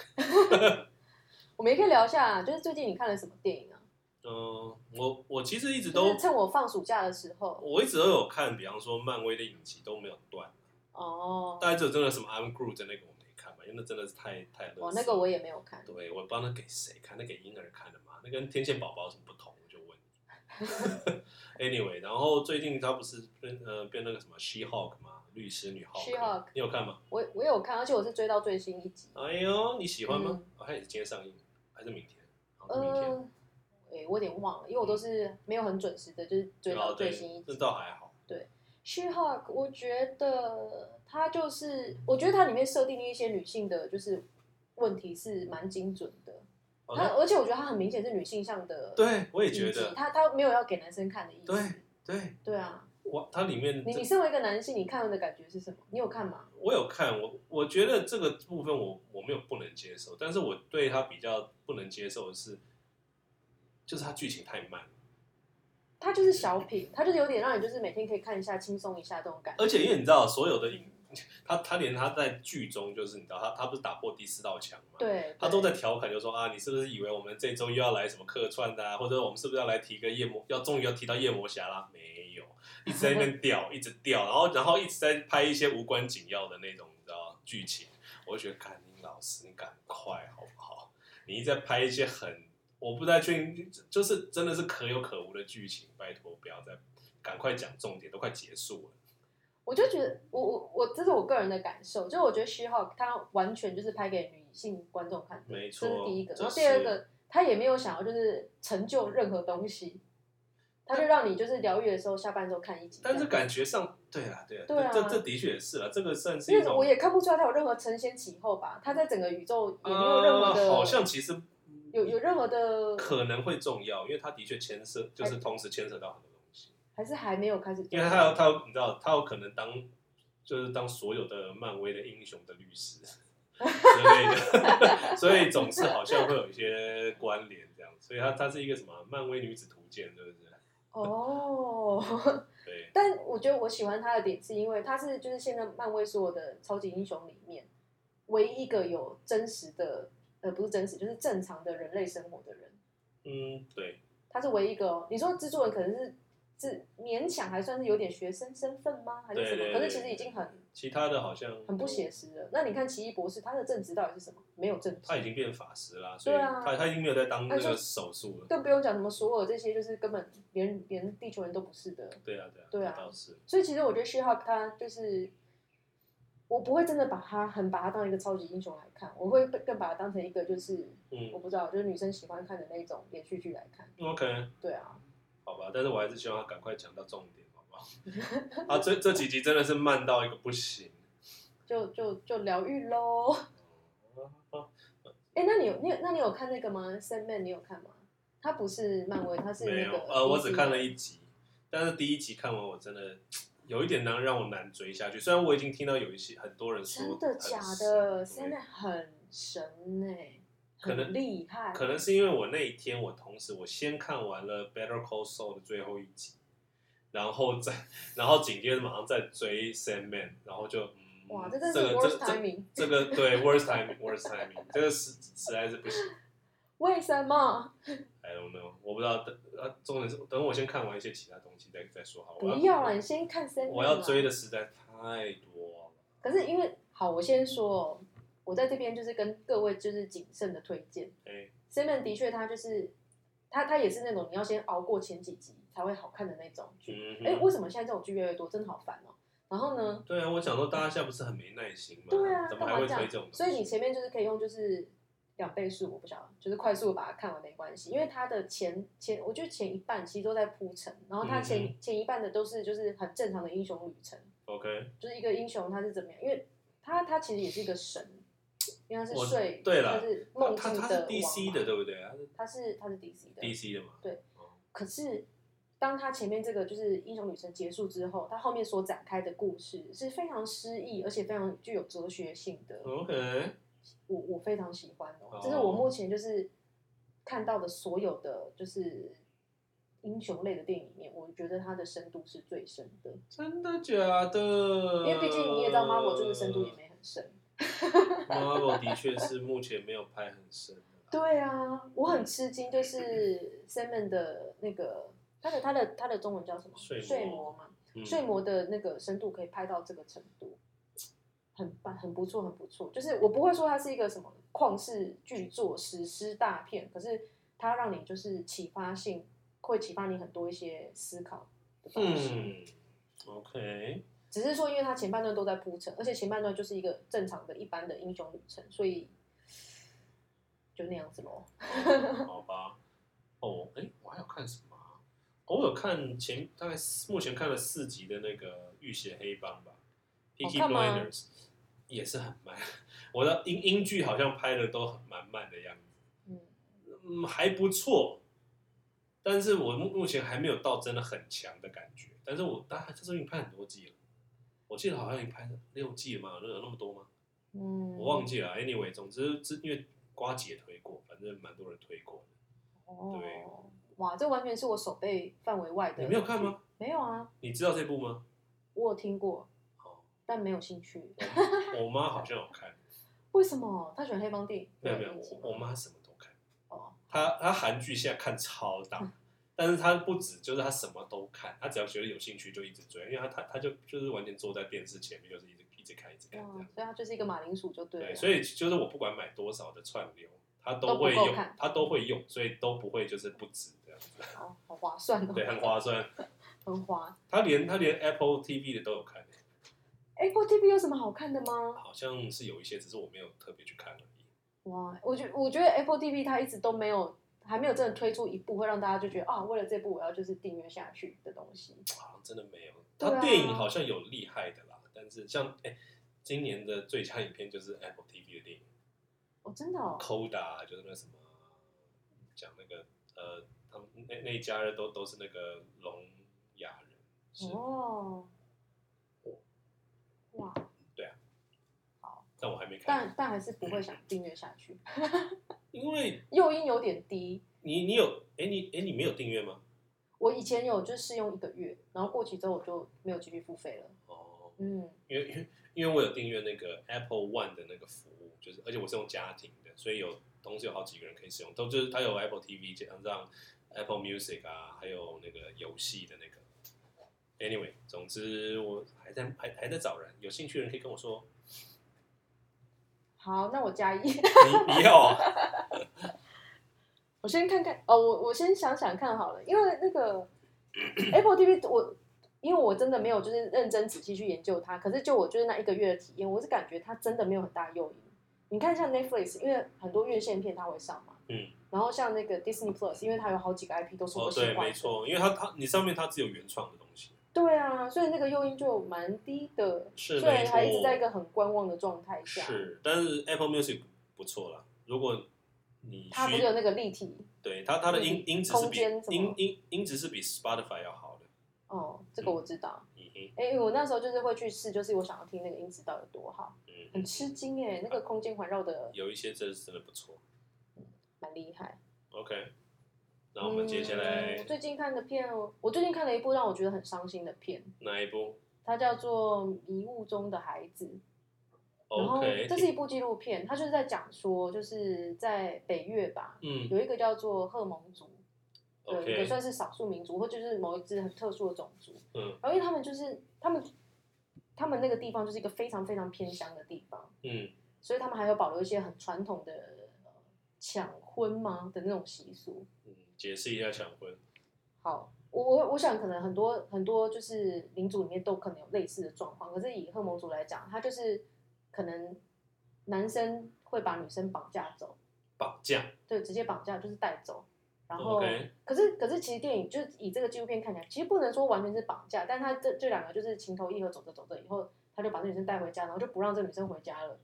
Speaker 1: 我们也可以聊一下，啊就是最近你看了什么电影啊？
Speaker 2: 嗯、我我其实一直
Speaker 1: 就
Speaker 2: 都
Speaker 1: 是，趁我放暑假的时候。
Speaker 2: 我一直都有看，比方说漫威的影集都没有断，
Speaker 1: 哦，
Speaker 2: 大概只有真的什么 I'm Groot 的那个我没看吧，因为那真的是太太垃圾
Speaker 1: 哦，那个我也没有看。
Speaker 2: 对，我帮他给谁看？那给婴儿看的嘛？那跟天线宝宝有什么不同？我就问你。anyway，然 后最近他不是变呃变那个什么 She Hulk 嘛，律师女 Hulk，
Speaker 1: She-Hulk
Speaker 2: 你有看吗？
Speaker 1: 我我有看，而且我是追到最新一集。
Speaker 2: 哎呦，你喜欢吗？
Speaker 1: 嗯
Speaker 2: 好像也是今天上映，还是明天？好像是明天。
Speaker 1: 呃，哎，我有点忘了，因为我都是没有很准时的，就是追到
Speaker 2: 哦对
Speaker 1: 最新一集
Speaker 2: 这。倒还好。
Speaker 1: She-Hulk，我觉得它就是，我觉得它里面设定的一些女性的，就是问题是蛮精准的。
Speaker 2: 好
Speaker 1: 它
Speaker 2: 的，
Speaker 1: 而且我觉得它很明显是女性向的，，
Speaker 2: 哦对，我也觉得，
Speaker 1: 它它没有要给男生看的意思。
Speaker 2: 对对，
Speaker 1: 对啊，
Speaker 2: 我它里面
Speaker 1: 你
Speaker 2: 这
Speaker 1: 你身为一个男性，你看的感觉是什么？你有看吗？
Speaker 2: 我有看，我我觉得这个部分我我没有不能接受，但是我对它比较不能接受的是，就是它剧情太慢了。
Speaker 1: 它就是小品，它就是有点让你就是每天可以看一下，轻松一下这种感觉。
Speaker 2: 而且因为你知道，所有的影， 他他连他在剧中就是你知道，他他不是打破第四道墙嘛？。
Speaker 1: 对，
Speaker 2: 他都在
Speaker 1: 对
Speaker 2: 调侃，就说啊，你是不是以为我们这周又要来什么客串的、啊，或者我们是不是要来提个夜魔，要终于要提到夜魔侠啦？没有，一直在那 边掉，一直掉，然后然后一直在拍一些无关紧要的那种，你知道剧情。我就觉得，赶紧老师，你赶快好不好？你一直在拍一些很，我不太确定，就是真的是可有可无的剧情，拜托不要再，赶快讲重点，都快结束了。
Speaker 1: 我就觉得，我我我这是我个人的感受，就是我觉得《She-Hulk》它完全就是拍给女性观众看的，这
Speaker 2: 没错
Speaker 1: 是第一个。
Speaker 2: 这
Speaker 1: 然后第二
Speaker 2: 是
Speaker 1: 个，他也没有想要就是成就任何东西，他就让你就是疗愈的时候，下班之后看一集这
Speaker 2: 但
Speaker 1: 样。
Speaker 2: 是感觉上，对啦，对啦，
Speaker 1: 啊对啊
Speaker 2: 这这这的确也是啦，这个算是
Speaker 1: 因
Speaker 2: 一
Speaker 1: 为
Speaker 2: 种，
Speaker 1: 我也看不出来他有任何承先启后吧，他在整个宇宙也没有任何的，
Speaker 2: 呃好像其实
Speaker 1: 有有任何的，
Speaker 2: 可能会重要，因为它的确牵涉，就是同时牵涉到很多东西，
Speaker 1: 还是还没有开始做。
Speaker 2: 因为他有他有你知道，他有可能当就是当所有的漫威的英雄的律 师之类的， 所以总是好像会有一些关联这样，所以它它是一个什么漫威女子图鉴，对不对？
Speaker 1: 哦，
Speaker 2: 对，
Speaker 1: 但我觉得我喜欢他的点是因为他是就是现在漫威所有的超级英雄里面唯一一个有真实的，呃，不是真实，就是正常的人类生活的人。
Speaker 2: 嗯，对，
Speaker 1: 他是唯一一个、哦。你说蜘蛛人可能是是勉强还算是有点学生身份吗？还啊是什么？
Speaker 2: 对对对
Speaker 1: 可是其实已经很
Speaker 2: 其他的好像
Speaker 1: 很不写实了。那你看奇异博士，他的正职到底是什么？没有正职，
Speaker 2: 他已经变法师啦，所以
Speaker 1: 对啊
Speaker 2: 他他已经没有在当那
Speaker 1: 他
Speaker 2: 个
Speaker 1: 就
Speaker 2: 手术了。
Speaker 1: 更不用讲什么所有这些，就是根本连连地球人都不是的。
Speaker 2: 对啊，对啊，
Speaker 1: 对啊
Speaker 2: 这倒是。
Speaker 1: 所以其实我觉得 She-Hulk 他就是。我不会真的把他很把他当一个超级英雄来看，我会更把他当成一个就是我
Speaker 2: 嗯
Speaker 1: 不知道，就是女生喜欢看的那种连续剧来看。
Speaker 2: ，OK，
Speaker 1: 对啊，
Speaker 2: 好吧，但是我还是希望他赶快讲到重点，好不好？ 啊，这这几集真的是慢到一个不行。哦
Speaker 1: 就就就疗愈喽。
Speaker 2: 啊
Speaker 1: 哎、那你有你有那你有看那个吗？Sandman 你有看吗？它不是漫威，它是
Speaker 2: 没
Speaker 1: 那
Speaker 2: 有
Speaker 1: 个，
Speaker 2: 呃，我只
Speaker 1: DC
Speaker 2: 看了一集，但是第一集看完我真的有一点难让我难追下去。虽然我已经听到有一些很多人说
Speaker 1: 真
Speaker 2: 很
Speaker 1: 的假的
Speaker 2: 神
Speaker 1: ？Sandman
Speaker 2: 对
Speaker 1: 很神呢、欸，
Speaker 2: 可能
Speaker 1: 很厉害，
Speaker 2: 可能是因为我那一天我同时我先看完了《Better Call Saul》的最后一集，然后再然后紧接着马上再追《Sandman》，然后就嗯，
Speaker 1: 哇，这真是
Speaker 2: 这个
Speaker 1: worst
Speaker 2: 这这
Speaker 1: timing，
Speaker 2: 这个对 worst timing worst timing，这 个实实在是不行。
Speaker 1: 为什么？
Speaker 2: I don't know，我不知道等呃，重点是等我先看完一些其他东西再再说好。
Speaker 1: 不
Speaker 2: 我
Speaker 1: 要了，你先看 Sandman
Speaker 2: 我要
Speaker 1: 啦
Speaker 2: 追的实在太多了。
Speaker 1: 可是因为好，我先说哦，我在这边就是跟各位就是谨慎的推荐
Speaker 2: 哎，
Speaker 1: ，Sandman 的确它就是它它也是那种你要先熬过前几集才会好看的那种剧。
Speaker 2: 嗯哼，
Speaker 1: 哎、为什么现在这种剧越来越多，真的好烦哦、然后呢，
Speaker 2: 对啊，我想说大家现在不是很没耐心吗？
Speaker 1: 对啊，
Speaker 2: 怎
Speaker 1: 干
Speaker 2: 么
Speaker 1: 嘛
Speaker 2: 还会
Speaker 1: 这样
Speaker 2: 推这种东？西？
Speaker 1: 所以你前面就是可以用就是两倍速，我不晓得，就是快速地把它看完没关系，因为它的前前，我觉得前一半其实都在铺陈，然后它前、
Speaker 2: 嗯
Speaker 1: 前一半的都是就是很正常的英雄旅程，
Speaker 2: OK，
Speaker 1: 就是一个英雄他是怎么样，因为他他其实也是一个神，因为他
Speaker 2: 我
Speaker 1: 是睡，
Speaker 2: 对啦
Speaker 1: 他是
Speaker 2: 他
Speaker 1: 梦
Speaker 2: 他
Speaker 1: 境
Speaker 2: 他
Speaker 1: 的
Speaker 2: 是 DC
Speaker 1: 王
Speaker 2: 的
Speaker 1: 嘛，
Speaker 2: 对不对？他是
Speaker 1: 他是他是 DC 的
Speaker 2: DC 的嘛？
Speaker 1: 对
Speaker 2: 哦，
Speaker 1: 可是当他前面这个就是英雄旅程结束之后，他后面所展开的故事是非常诗意，而且非常具有哲学性的。
Speaker 2: OK，
Speaker 1: 我我非常喜欢哦
Speaker 2: 哦，
Speaker 1: 这是我目前就是看到的所有的就是英雄类的电影里面，我觉得它的深度是最深的，
Speaker 2: 真的假的？
Speaker 1: 因为毕竟你也知
Speaker 2: 呃
Speaker 1: 道 Marvel 这个深度也没很深。
Speaker 2: Marvel 的确是目前没有拍很深的啦。
Speaker 1: 对啊，我很吃惊，就是 Simon 的那个他的他的他的中文叫什么？
Speaker 2: 睡魔
Speaker 1: 睡魔嘛，
Speaker 2: 嗯
Speaker 1: 睡魔的那个深度可以拍到这个程度，很棒，很不错，很不错。就是我不会说它是一个什么旷世巨作、史诗大片，可是它让你就是启发性，会启发你很多一些思考的东西。
Speaker 2: 嗯，OK，
Speaker 1: 只是说，因为它前半段都在铺陈，而且前半段就是一个正常的一般的英雄旅程，所以就那样子咯。
Speaker 2: 好吧。哦，哎，我还有看什么啊？哦我有看前大概四目前看了四集的那个《浴血黑帮》吧，《Peaky
Speaker 1: 哦看吗
Speaker 2: Blinders》也是很慢。 我的英英剧好像拍的都很蛮慢的样子。
Speaker 1: 嗯，
Speaker 2: 嗯，还不错，但是我目目前还没有到真的很强的感觉。但是我大概这最近拍很多季了，我记得好像已经拍了六季了嘛，有那么多吗？
Speaker 1: 嗯，
Speaker 2: 我忘记了。Anyway，总啊之之因为瓜姐推过，反正蛮多人推过的。
Speaker 1: 哦
Speaker 2: 对，
Speaker 1: 哇，这完全是我手背范围外的。
Speaker 2: 你没有看？吗？
Speaker 1: 没有啊，
Speaker 2: 你知道这部吗？
Speaker 1: 我有听过，
Speaker 2: 哦，
Speaker 1: 但没有兴趣。
Speaker 2: 我我妈好像有看，
Speaker 1: 为什么他喜欢黑帮电影？
Speaker 2: 没有没有，
Speaker 1: 一起吗
Speaker 2: 我我妈什么都看。
Speaker 1: 哦，
Speaker 2: 她她韩剧现在看超大，但是她不止就是她什么都看，她只要觉得有兴趣就一直追，因为她她她就就是完全坐在电视前面，就是一直一直看一直看这
Speaker 1: 哇
Speaker 2: 样。
Speaker 1: 啊所以他就是一个马铃薯就对了。啊
Speaker 2: 对，所以就是我不管买多少的串流，它
Speaker 1: 都
Speaker 2: 都
Speaker 1: 不
Speaker 2: 会
Speaker 1: 够
Speaker 2: 用
Speaker 1: 看，
Speaker 2: 它都会用，所以都不会就是不止这样子。
Speaker 1: 哦，好划算哦，
Speaker 2: 对，很划算。
Speaker 1: 很划。
Speaker 2: 它连它连 Apple TV 的都有看、欸
Speaker 1: Apple TV 有什么好看的吗？
Speaker 2: 好像是有一些，只是我没有特别去看而已。
Speaker 1: 哇，我觉我觉得 Apple TV 它一直都没有，还没有真的推出一部会让大家就觉得啊，为了这部我要就是订阅下去的东西。
Speaker 2: 好像真的没有。
Speaker 1: 对啊
Speaker 2: 它电影好像有厉害的啦，但是像哎、今年的最佳影片就是 Apple TV 的电影
Speaker 1: 哦，真的哦，
Speaker 2: 《Coda》，就是啊那什么讲那个呃，他们那那一家人都都是那个聋哑人，是
Speaker 1: 哦，哇，
Speaker 2: 但我还没看，
Speaker 1: 但但还是不会想订阅下去，
Speaker 2: 因为
Speaker 1: 诱因有点低。
Speaker 2: 你你有哎、你哎、你没有订阅吗？
Speaker 1: 我以前有就试用一个月，然后过期之后我就没有继续付费了。
Speaker 2: 哦，
Speaker 1: 嗯，
Speaker 2: 因为因为因为我有订阅那个 Apple One 的那个服务，就是而且我是用家庭的，所以有同时有好几个人可以使用，都就是它有 Apple TV 加上 Apple Music 啊，还有那个游戏的那个。Anyway，总之我还在还还在找人，有兴趣的人可以跟我说。
Speaker 1: 好，那我加一。
Speaker 2: 你你要啊、
Speaker 1: 我先看看哦，我我先想想看好了，因为那 个 Apple TV 我。因为我真的没有就是认真仔细去研究它，可是就我就是那一个月的体验，我是感觉它真的没有很大诱因。你看像 Netflix，因为很多院线片它会上嘛，
Speaker 2: 嗯，
Speaker 1: 然后像那个 Disney Plus，因为它有好几个 IP 都是我
Speaker 2: 哦，
Speaker 1: 喜欢
Speaker 2: 对，
Speaker 1: 的，
Speaker 2: 没错，因为它它你上面它只有原创的东西，
Speaker 1: 对啊，所以那个诱因就蛮低的，
Speaker 2: 是
Speaker 1: 所以
Speaker 2: 没错
Speaker 1: 还一直在一个很观望的状态下。
Speaker 2: 是，但是 Apple Music 不错啦。如果你
Speaker 1: 它不
Speaker 2: 需
Speaker 1: 是有那个立体
Speaker 2: 对它它的音音质是
Speaker 1: 空
Speaker 2: 比
Speaker 1: 间什么
Speaker 2: 音音音质是比 Spotify 要好的。
Speaker 1: 哦，这个我知道。
Speaker 2: 嗯哼，
Speaker 1: 哎、我那时候就是会去试，就是我想要听那个音质到底有多好，
Speaker 2: 嗯
Speaker 1: 很
Speaker 2: 哼，
Speaker 1: 吃惊哎、那个空间环绕的
Speaker 2: 有一些真是真的不错。
Speaker 1: 蛮厉害。
Speaker 2: OK，那我们接下来
Speaker 1: 嗯我最近看的片哦，我最近看了一部让我觉得很伤心的片，
Speaker 2: 哪一部
Speaker 1: 它叫做《迷雾中的孩子》。然后
Speaker 2: ？OK，
Speaker 1: 这是一部纪录片，它就是在讲说，就是在北越吧，
Speaker 2: 嗯
Speaker 1: 有一个叫做赫蒙族的一个
Speaker 2: ，OK，
Speaker 1: 算是少数民族，或就是某一支很特殊的种族。
Speaker 2: 嗯
Speaker 1: 然后因为他们就是他们他们那个地方就是一个非常非常偏乡的地方，
Speaker 2: 嗯
Speaker 1: 所以他们还有保留一些很传统的呃抢婚吗的那种习俗。
Speaker 2: 嗯，解释一下抢婚。
Speaker 1: 好，我我我想可能很多很多就是民族里面都可能有类似的状况，可是以赫蒙族来讲，他就是可能男生会把女生绑架走，
Speaker 2: 绑架。
Speaker 1: 对，直接绑架就是带走。然后
Speaker 2: OK，
Speaker 1: 可是可是其实电影就是以这个纪录片看起来，其实不能说完全是绑架，但他这这两个就是情投意合，走着走着以后，他就把这女生带回家，然后就不让这女生回家了。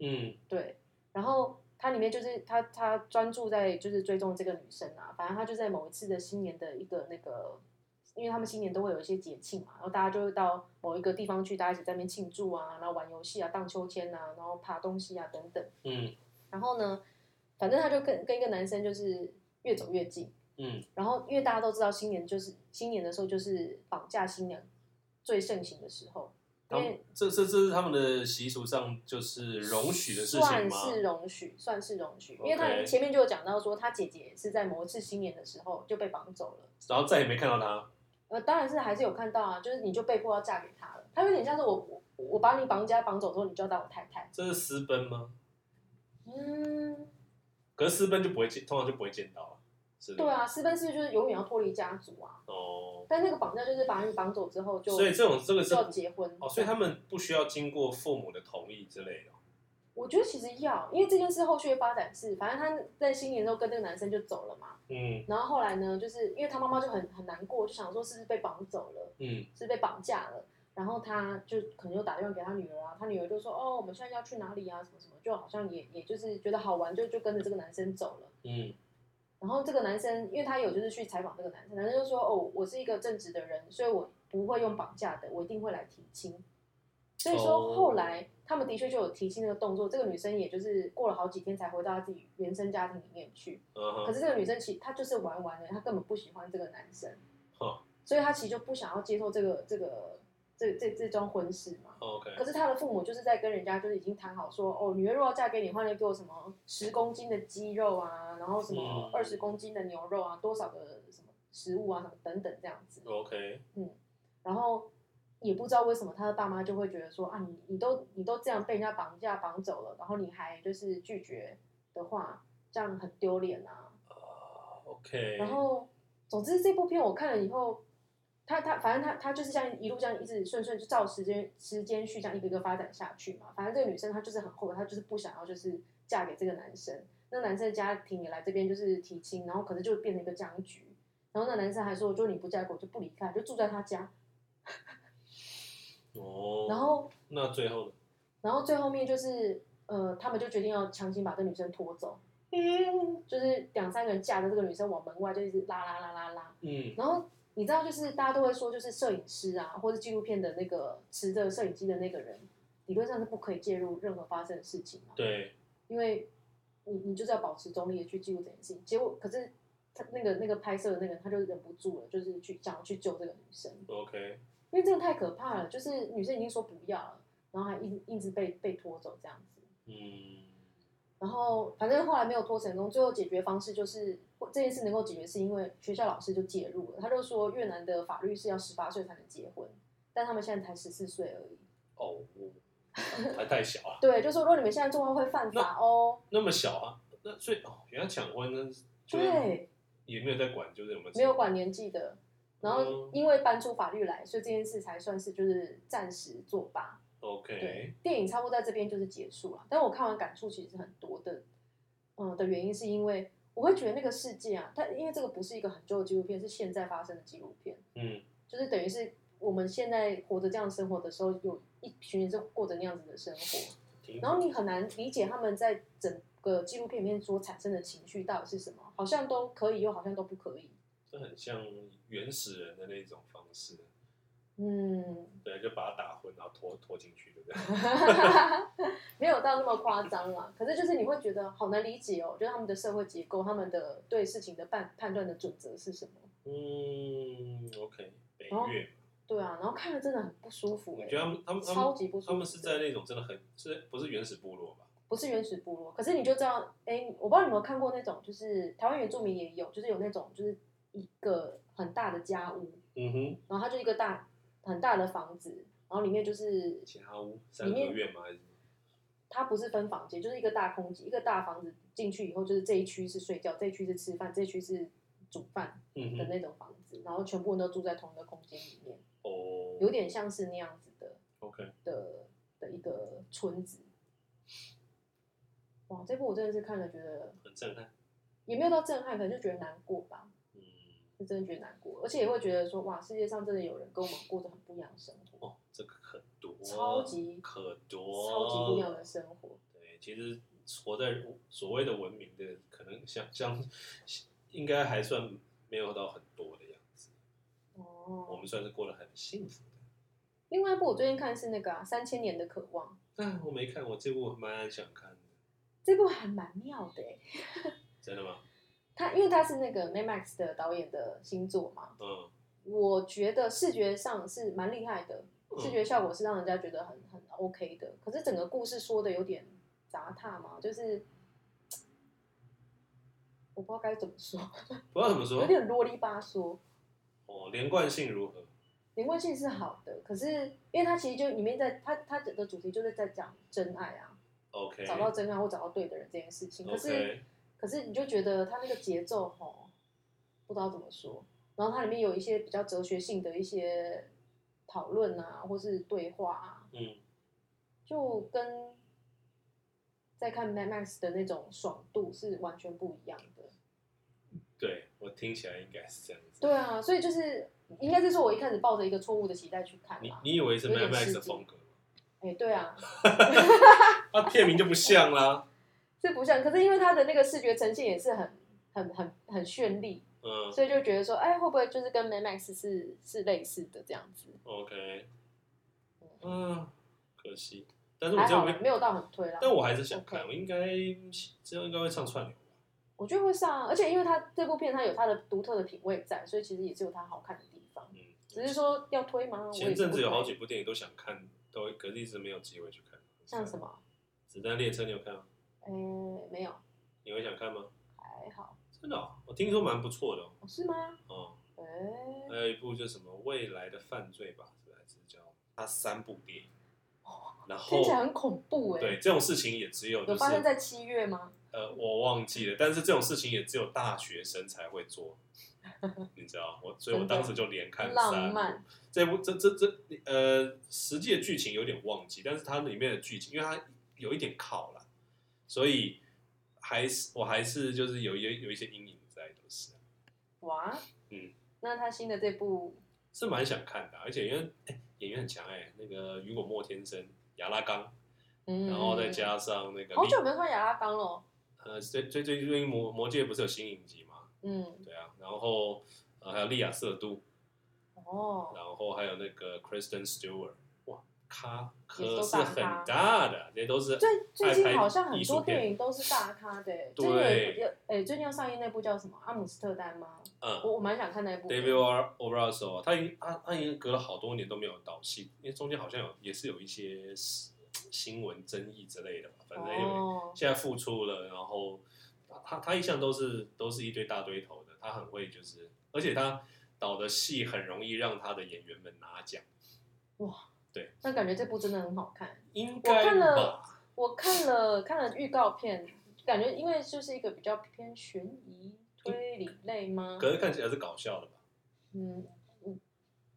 Speaker 2: 嗯，
Speaker 1: 对，然后它里面就是他他专注在就是追踪这个女生啊，反正他就在某一次的新年的一个那个，因为他们新年都会有一些节庆嘛，然后大家就会到某一个地方去，大家一起在那边庆祝啊，然后玩游戏啊，荡秋千啊，然后爬东西啊等等。
Speaker 2: 嗯
Speaker 1: 然后呢，反正他就跟跟一个男生就是越走越近，
Speaker 2: 嗯，
Speaker 1: 然后因为大家都知道新年就是新年的时候就是绑架新娘最盛行的时候，
Speaker 2: 他
Speaker 1: 因
Speaker 2: 们
Speaker 1: 为
Speaker 2: 这这这是他们的习俗上就是容许的事情
Speaker 1: 算
Speaker 2: 吗？
Speaker 1: 是容许，算是容许，因为
Speaker 2: OK
Speaker 1: 他前面就有讲到说，他姐姐是在某一次新年的时候就被绑走了，
Speaker 2: 然后再也没看到他。
Speaker 1: 呃，当然是还是有看到啊，就是你就被迫要嫁给他了，他有点像是我我我把你绑架绑走之后，你就要当我太太，
Speaker 2: 这是私奔吗？
Speaker 1: 嗯，
Speaker 2: 可是私奔就不会见，通常就不会见到啊，是的
Speaker 1: 对。啊，私奔是不是就是永远要脱离家族啊，
Speaker 2: 哦，
Speaker 1: 但那个绑架就是把你绑走之后就
Speaker 2: 所以这种这个是
Speaker 1: 就要结婚
Speaker 2: 哦，所以他们不需要经过父母的同意之类的。哦
Speaker 1: 我觉得其实要，因为这件事后续的发展是，反正他在新年的时候跟那个男生就走了嘛，
Speaker 2: 嗯
Speaker 1: 然后后来呢，就是因为他妈妈就很很难过，就想说是不是被绑走了，
Speaker 2: 嗯
Speaker 1: 是不是被绑架了，然后他就可能又打电话给他女儿啊，他女儿就说哦，我们现在要去哪里啊，什么什么，就好像也也就是觉得好玩，就就跟着这个男生走了。
Speaker 2: 嗯
Speaker 1: 然后这个男生，因为他有就是去采访这个男生，男生就说：“哦，我是一个正直的人，所以我不会用绑架的，我一定会来提亲。”所以
Speaker 2: 哦
Speaker 1: 说后来他们的确就有提亲这个动作，这个女生也就是过了好几天才回到她自己原生家庭里面去。
Speaker 2: 嗯
Speaker 1: 可
Speaker 2: 哼，
Speaker 1: 是这个女生其实她就是玩玩的，她根本不喜欢这个男生，
Speaker 2: 好
Speaker 1: 所以她其实就不想要接受这个这个这这这桩婚事嘛。
Speaker 2: ，OK，
Speaker 1: 可是她的父母就是在跟人家就是已经谈好说，哦，女儿若要嫁给你，换了给我什么十公斤的鸡肉啊，然后什么
Speaker 2: 嗯
Speaker 1: 二十公斤的牛肉啊，多少个什么食物啊，什么等等这样子。嗯
Speaker 2: OK，
Speaker 1: 然后也不知道为什么他的爸妈就会觉得说，啊，你你都你都这样被人家绑架绑走了，然后你还就是拒绝的话，这样很丢脸啊。
Speaker 2: 啊，OK，
Speaker 1: 然后，总之这部片我看了以后，他他反正他他就是这样一路这样一直顺顺就照时间时间序这样一个一个发展下去嘛。反正这个女生她就是很后悔，她就是不想要就是嫁给这个男生。那男生的家庭也来这边就是提亲，然后可能就变成一个僵局。然后那男生还说，就你不嫁给我就不离开，就住在他家。
Speaker 2: 哦，
Speaker 1: 然后
Speaker 2: 那最后呢？
Speaker 1: 然后最后面就是呃，他们就决定要强行把这女生拖走。就是两三个人架着这个女生往门外就一直拉拉拉拉拉，
Speaker 2: 嗯
Speaker 1: 然后你知道，就是大家都会说，就是摄影师啊，或者纪录片的那个持着摄影机的那个人，理论上是不可以介入任何发生的事情嘛，
Speaker 2: 对，
Speaker 1: 因为你你就是要保持中立的去记录这件事情。结果可是他那个那个拍摄的那个人，他就忍不住了，就是去想要去救这个女生，
Speaker 2: OK，
Speaker 1: 因为真的太可怕了，就是女生已经说不要了，然后还一直一直被被拖走这样子。
Speaker 2: 嗯，
Speaker 1: 然后反正后来没有拖成功，最后解决方式就是这件事能够解决，是因为学校老师就介入了，他就说越南的法律是要十八岁才能结婚，但他们现在才十四岁而已。
Speaker 2: 哦，还太小啊，
Speaker 1: 对，就说如果你们现在做的话会犯法哦。
Speaker 2: 那么小啊，那所以哦，原来抢婚呢，就是
Speaker 1: 对，
Speaker 2: 也没有在管，就是有没有
Speaker 1: 没有管年纪的。然后
Speaker 2: 嗯
Speaker 1: 因为搬出法律来，所以这件事才算是就是暂时作罢。
Speaker 2: OK，
Speaker 1: 对，电影差不多在这边就是结束了。但我看完感触其实很多的，嗯的原因是因为我会觉得那个世界啊，它因为这个不是一个很旧的纪录片，是现在发生的纪录片，
Speaker 2: 嗯
Speaker 1: 就是等于是我们现在活着这样生活的时候，有一群人是过着那样子的生活，
Speaker 2: 挺
Speaker 1: 然后你很难理解他们在整个纪录片里面所产生的情绪到底是什么，好像都可以，又好像都不可以。
Speaker 2: 这很像原始人的那种方式，
Speaker 1: 嗯，
Speaker 2: 对，就把他打昏，然后拖拖进去，对不对？
Speaker 1: 没有到那么夸张啦，可是就是你会觉得好难理解哦，就是他们的社会结构，他们的对事情的判判断的准则是什么？
Speaker 2: 嗯，OK，北
Speaker 1: 哦
Speaker 2: 越，
Speaker 1: 对啊，然后看了真的很不舒服、
Speaker 2: 我觉
Speaker 1: 欸，
Speaker 2: 得他们他们他
Speaker 1: 超
Speaker 2: 们
Speaker 1: 级不舒服。
Speaker 2: 他们是在那种真的很是不是原始部落吧？
Speaker 1: 不是原始部落，可是你就知道，哎、我不知道你有没有看过那种，就是台湾原住民也有，就是有那种就是一个很大的家屋，
Speaker 2: 嗯哼，
Speaker 1: 然后它就一个大很大的房子，然后里面就是
Speaker 2: 家屋三合院吗？还是
Speaker 1: 它不是分房间，就是一个大空间，一个大房子进去以后，就是这一区是睡觉，这一区是吃饭，这一区是煮饭
Speaker 2: 嗯
Speaker 1: 的
Speaker 2: 哼，
Speaker 1: 那种房子，然后全部人都住在同一个空间里面，
Speaker 2: 哦，
Speaker 1: 有点像是那样子的
Speaker 2: OK，
Speaker 1: 的的一个村子。哇，这部我真的是看了觉得
Speaker 2: 很震撼。
Speaker 1: 也没有到震撼，可能就觉得难过吧，
Speaker 2: 嗯，
Speaker 1: 就真的觉得难过，而且也会觉得说哇，世界上真的有人跟我们过着很不一样的生活，
Speaker 2: 哦，这个可多，
Speaker 1: 超级
Speaker 2: 可多，
Speaker 1: 超级不一样的生活。
Speaker 2: 对，其实活在所谓的文明的，可能像像应该还算没有到很多的样子，我
Speaker 1: 哦，
Speaker 2: 们算是过得很幸福的。
Speaker 1: 另外一部我最近看是那个、啊《三千年的渴望》，
Speaker 2: 但我没看，我这部蛮想看的，
Speaker 1: 这部还蛮妙的欸。
Speaker 2: 真的吗？
Speaker 1: 它因为它是那个 Max 的导演的新作嘛，
Speaker 2: 嗯，
Speaker 1: 我觉得视觉上是蛮厉害的，
Speaker 2: 嗯
Speaker 1: 视觉效果是让人家觉得很很 OK 的。可是整个故事说的有点杂沓嘛，就是我不知道该怎么说，
Speaker 2: 不知道怎么
Speaker 1: 有
Speaker 2: 说，
Speaker 1: 点啰里吧嗦。
Speaker 2: 哦，连贯性如何？
Speaker 1: 连贯性是好的，可是因为它其实就里面在它它的主题就是在讲真爱啊，
Speaker 2: OK，
Speaker 1: 找到真爱或找到对的人这件事情。可是
Speaker 2: OK，
Speaker 1: 可是你就觉得它那个节奏吼，不知道怎么说。然后它里面有一些比较哲学性的一些讨论啊，或是对话啊，
Speaker 2: 嗯，
Speaker 1: 就跟在看 Mad Max 的那种爽度是完全不一样的。
Speaker 2: 对我听起来应该是这样子。
Speaker 1: 对啊，所以就是应该是说我一开始抱着一个错误的期待去看
Speaker 2: 你
Speaker 1: 啦。
Speaker 2: 你以为是
Speaker 1: 啊有点
Speaker 2: Mad Max 的
Speaker 1: 刺激
Speaker 2: 风格吗？
Speaker 1: 哎，对啊，
Speaker 2: 啊，片名就不像啦。
Speaker 1: 是不像，可是因为它的那个视觉呈现也是很很很很绚丽，
Speaker 2: 嗯
Speaker 1: 所以就觉得说，哎，会不会就是跟 Mad Max 是是类似的这样子？
Speaker 2: ，OK，
Speaker 1: 嗯
Speaker 2: 嗯，可惜，但是我
Speaker 1: 还
Speaker 2: 真
Speaker 1: 好
Speaker 2: 的没
Speaker 1: 啦，没有到很推啦。
Speaker 2: 但我还是想看，我应该这样应该会上串流吧。
Speaker 1: 我觉得会上啊，而且因为它这部片它有它的独特的品味在，所以其实也是有它好看的地方。
Speaker 2: 嗯，
Speaker 1: 只是说要推吗？我也
Speaker 2: 前阵子有好
Speaker 1: 久，
Speaker 2: 几部电影都想看，都可是一直没有机会去看。
Speaker 1: 像什？么？
Speaker 2: 《子弹列车》你有看吗？
Speaker 1: 哎，没有，
Speaker 2: 你会想看吗？
Speaker 1: 还好，
Speaker 2: 真的哦、我听说蛮不错的哦
Speaker 1: 哦是吗？
Speaker 2: 哦。
Speaker 1: 哎，
Speaker 2: 还有一部叫什么《未来的犯罪》吧，是不是还是叫？它三部电影，然
Speaker 1: 哦听
Speaker 2: 后
Speaker 1: 起来很恐怖哎。
Speaker 2: 对这种事情也只有就
Speaker 1: 有
Speaker 2: 是
Speaker 1: 发生在七月吗？
Speaker 2: 呃，我忘记了，但是这种事情也只有大学生才会做， 你知道，我所以我当时就连看
Speaker 1: 浪
Speaker 2: 三部。
Speaker 1: 漫，
Speaker 2: 这部这这这呃，实际的剧情有点忘记，但是它里面的剧情，因为它有一点靠了，所以还是我还是就是有一些有一些阴影在，都是
Speaker 1: 哇，
Speaker 2: 嗯，
Speaker 1: 那他新的这部
Speaker 2: 是蛮想看的啊、而且因为、哎演员很强哎、那个雨果莫天生、亚拉冈，
Speaker 1: 嗯，哦
Speaker 2: 然后再加上那个
Speaker 1: 好
Speaker 2: 李
Speaker 1: 久没有看亚拉冈了。哦
Speaker 2: 呃最最最最近魔魔界不是有新影集吗？
Speaker 1: 嗯，
Speaker 2: 对啊，然后呃还有莉亚瑟杜，
Speaker 1: 哦，
Speaker 2: 然后还有那个 Kristen Stewart，哇，咖
Speaker 1: 也
Speaker 2: 可
Speaker 1: 都
Speaker 2: 是
Speaker 1: 大咖啊
Speaker 2: 很大的，这些都是
Speaker 1: 最最
Speaker 2: 爱
Speaker 1: 近
Speaker 2: 拍
Speaker 1: 好像很
Speaker 2: 艺
Speaker 1: 多
Speaker 2: 术片
Speaker 1: 电影都是大咖的欸，
Speaker 2: 对
Speaker 1: 最近有一部有哎，最近要上映那部叫什么《阿姆斯特丹》吗？
Speaker 2: 嗯
Speaker 1: 我我蛮想看那部的。哦
Speaker 2: David O- Obrazo，他已经他他已经隔了好多年都没有导戏，因为中间好像有也是有一些新新闻争议之类的吧，反正因为
Speaker 1: 哦，
Speaker 2: 现在复出了，然后他他他一向都是都是一堆大堆头的，他很会就是，而且他导的戏很容易让他的演员们拿奖，
Speaker 1: 那感觉这部真的很好看。
Speaker 2: 应
Speaker 1: 我看
Speaker 2: 该
Speaker 1: 了
Speaker 2: 吧？
Speaker 1: 我看了看了预告片，感觉因为就是一个比较偏悬疑推
Speaker 2: 嗯
Speaker 1: 理类吗？
Speaker 2: 可是看起来是搞笑的吧？
Speaker 1: 嗯，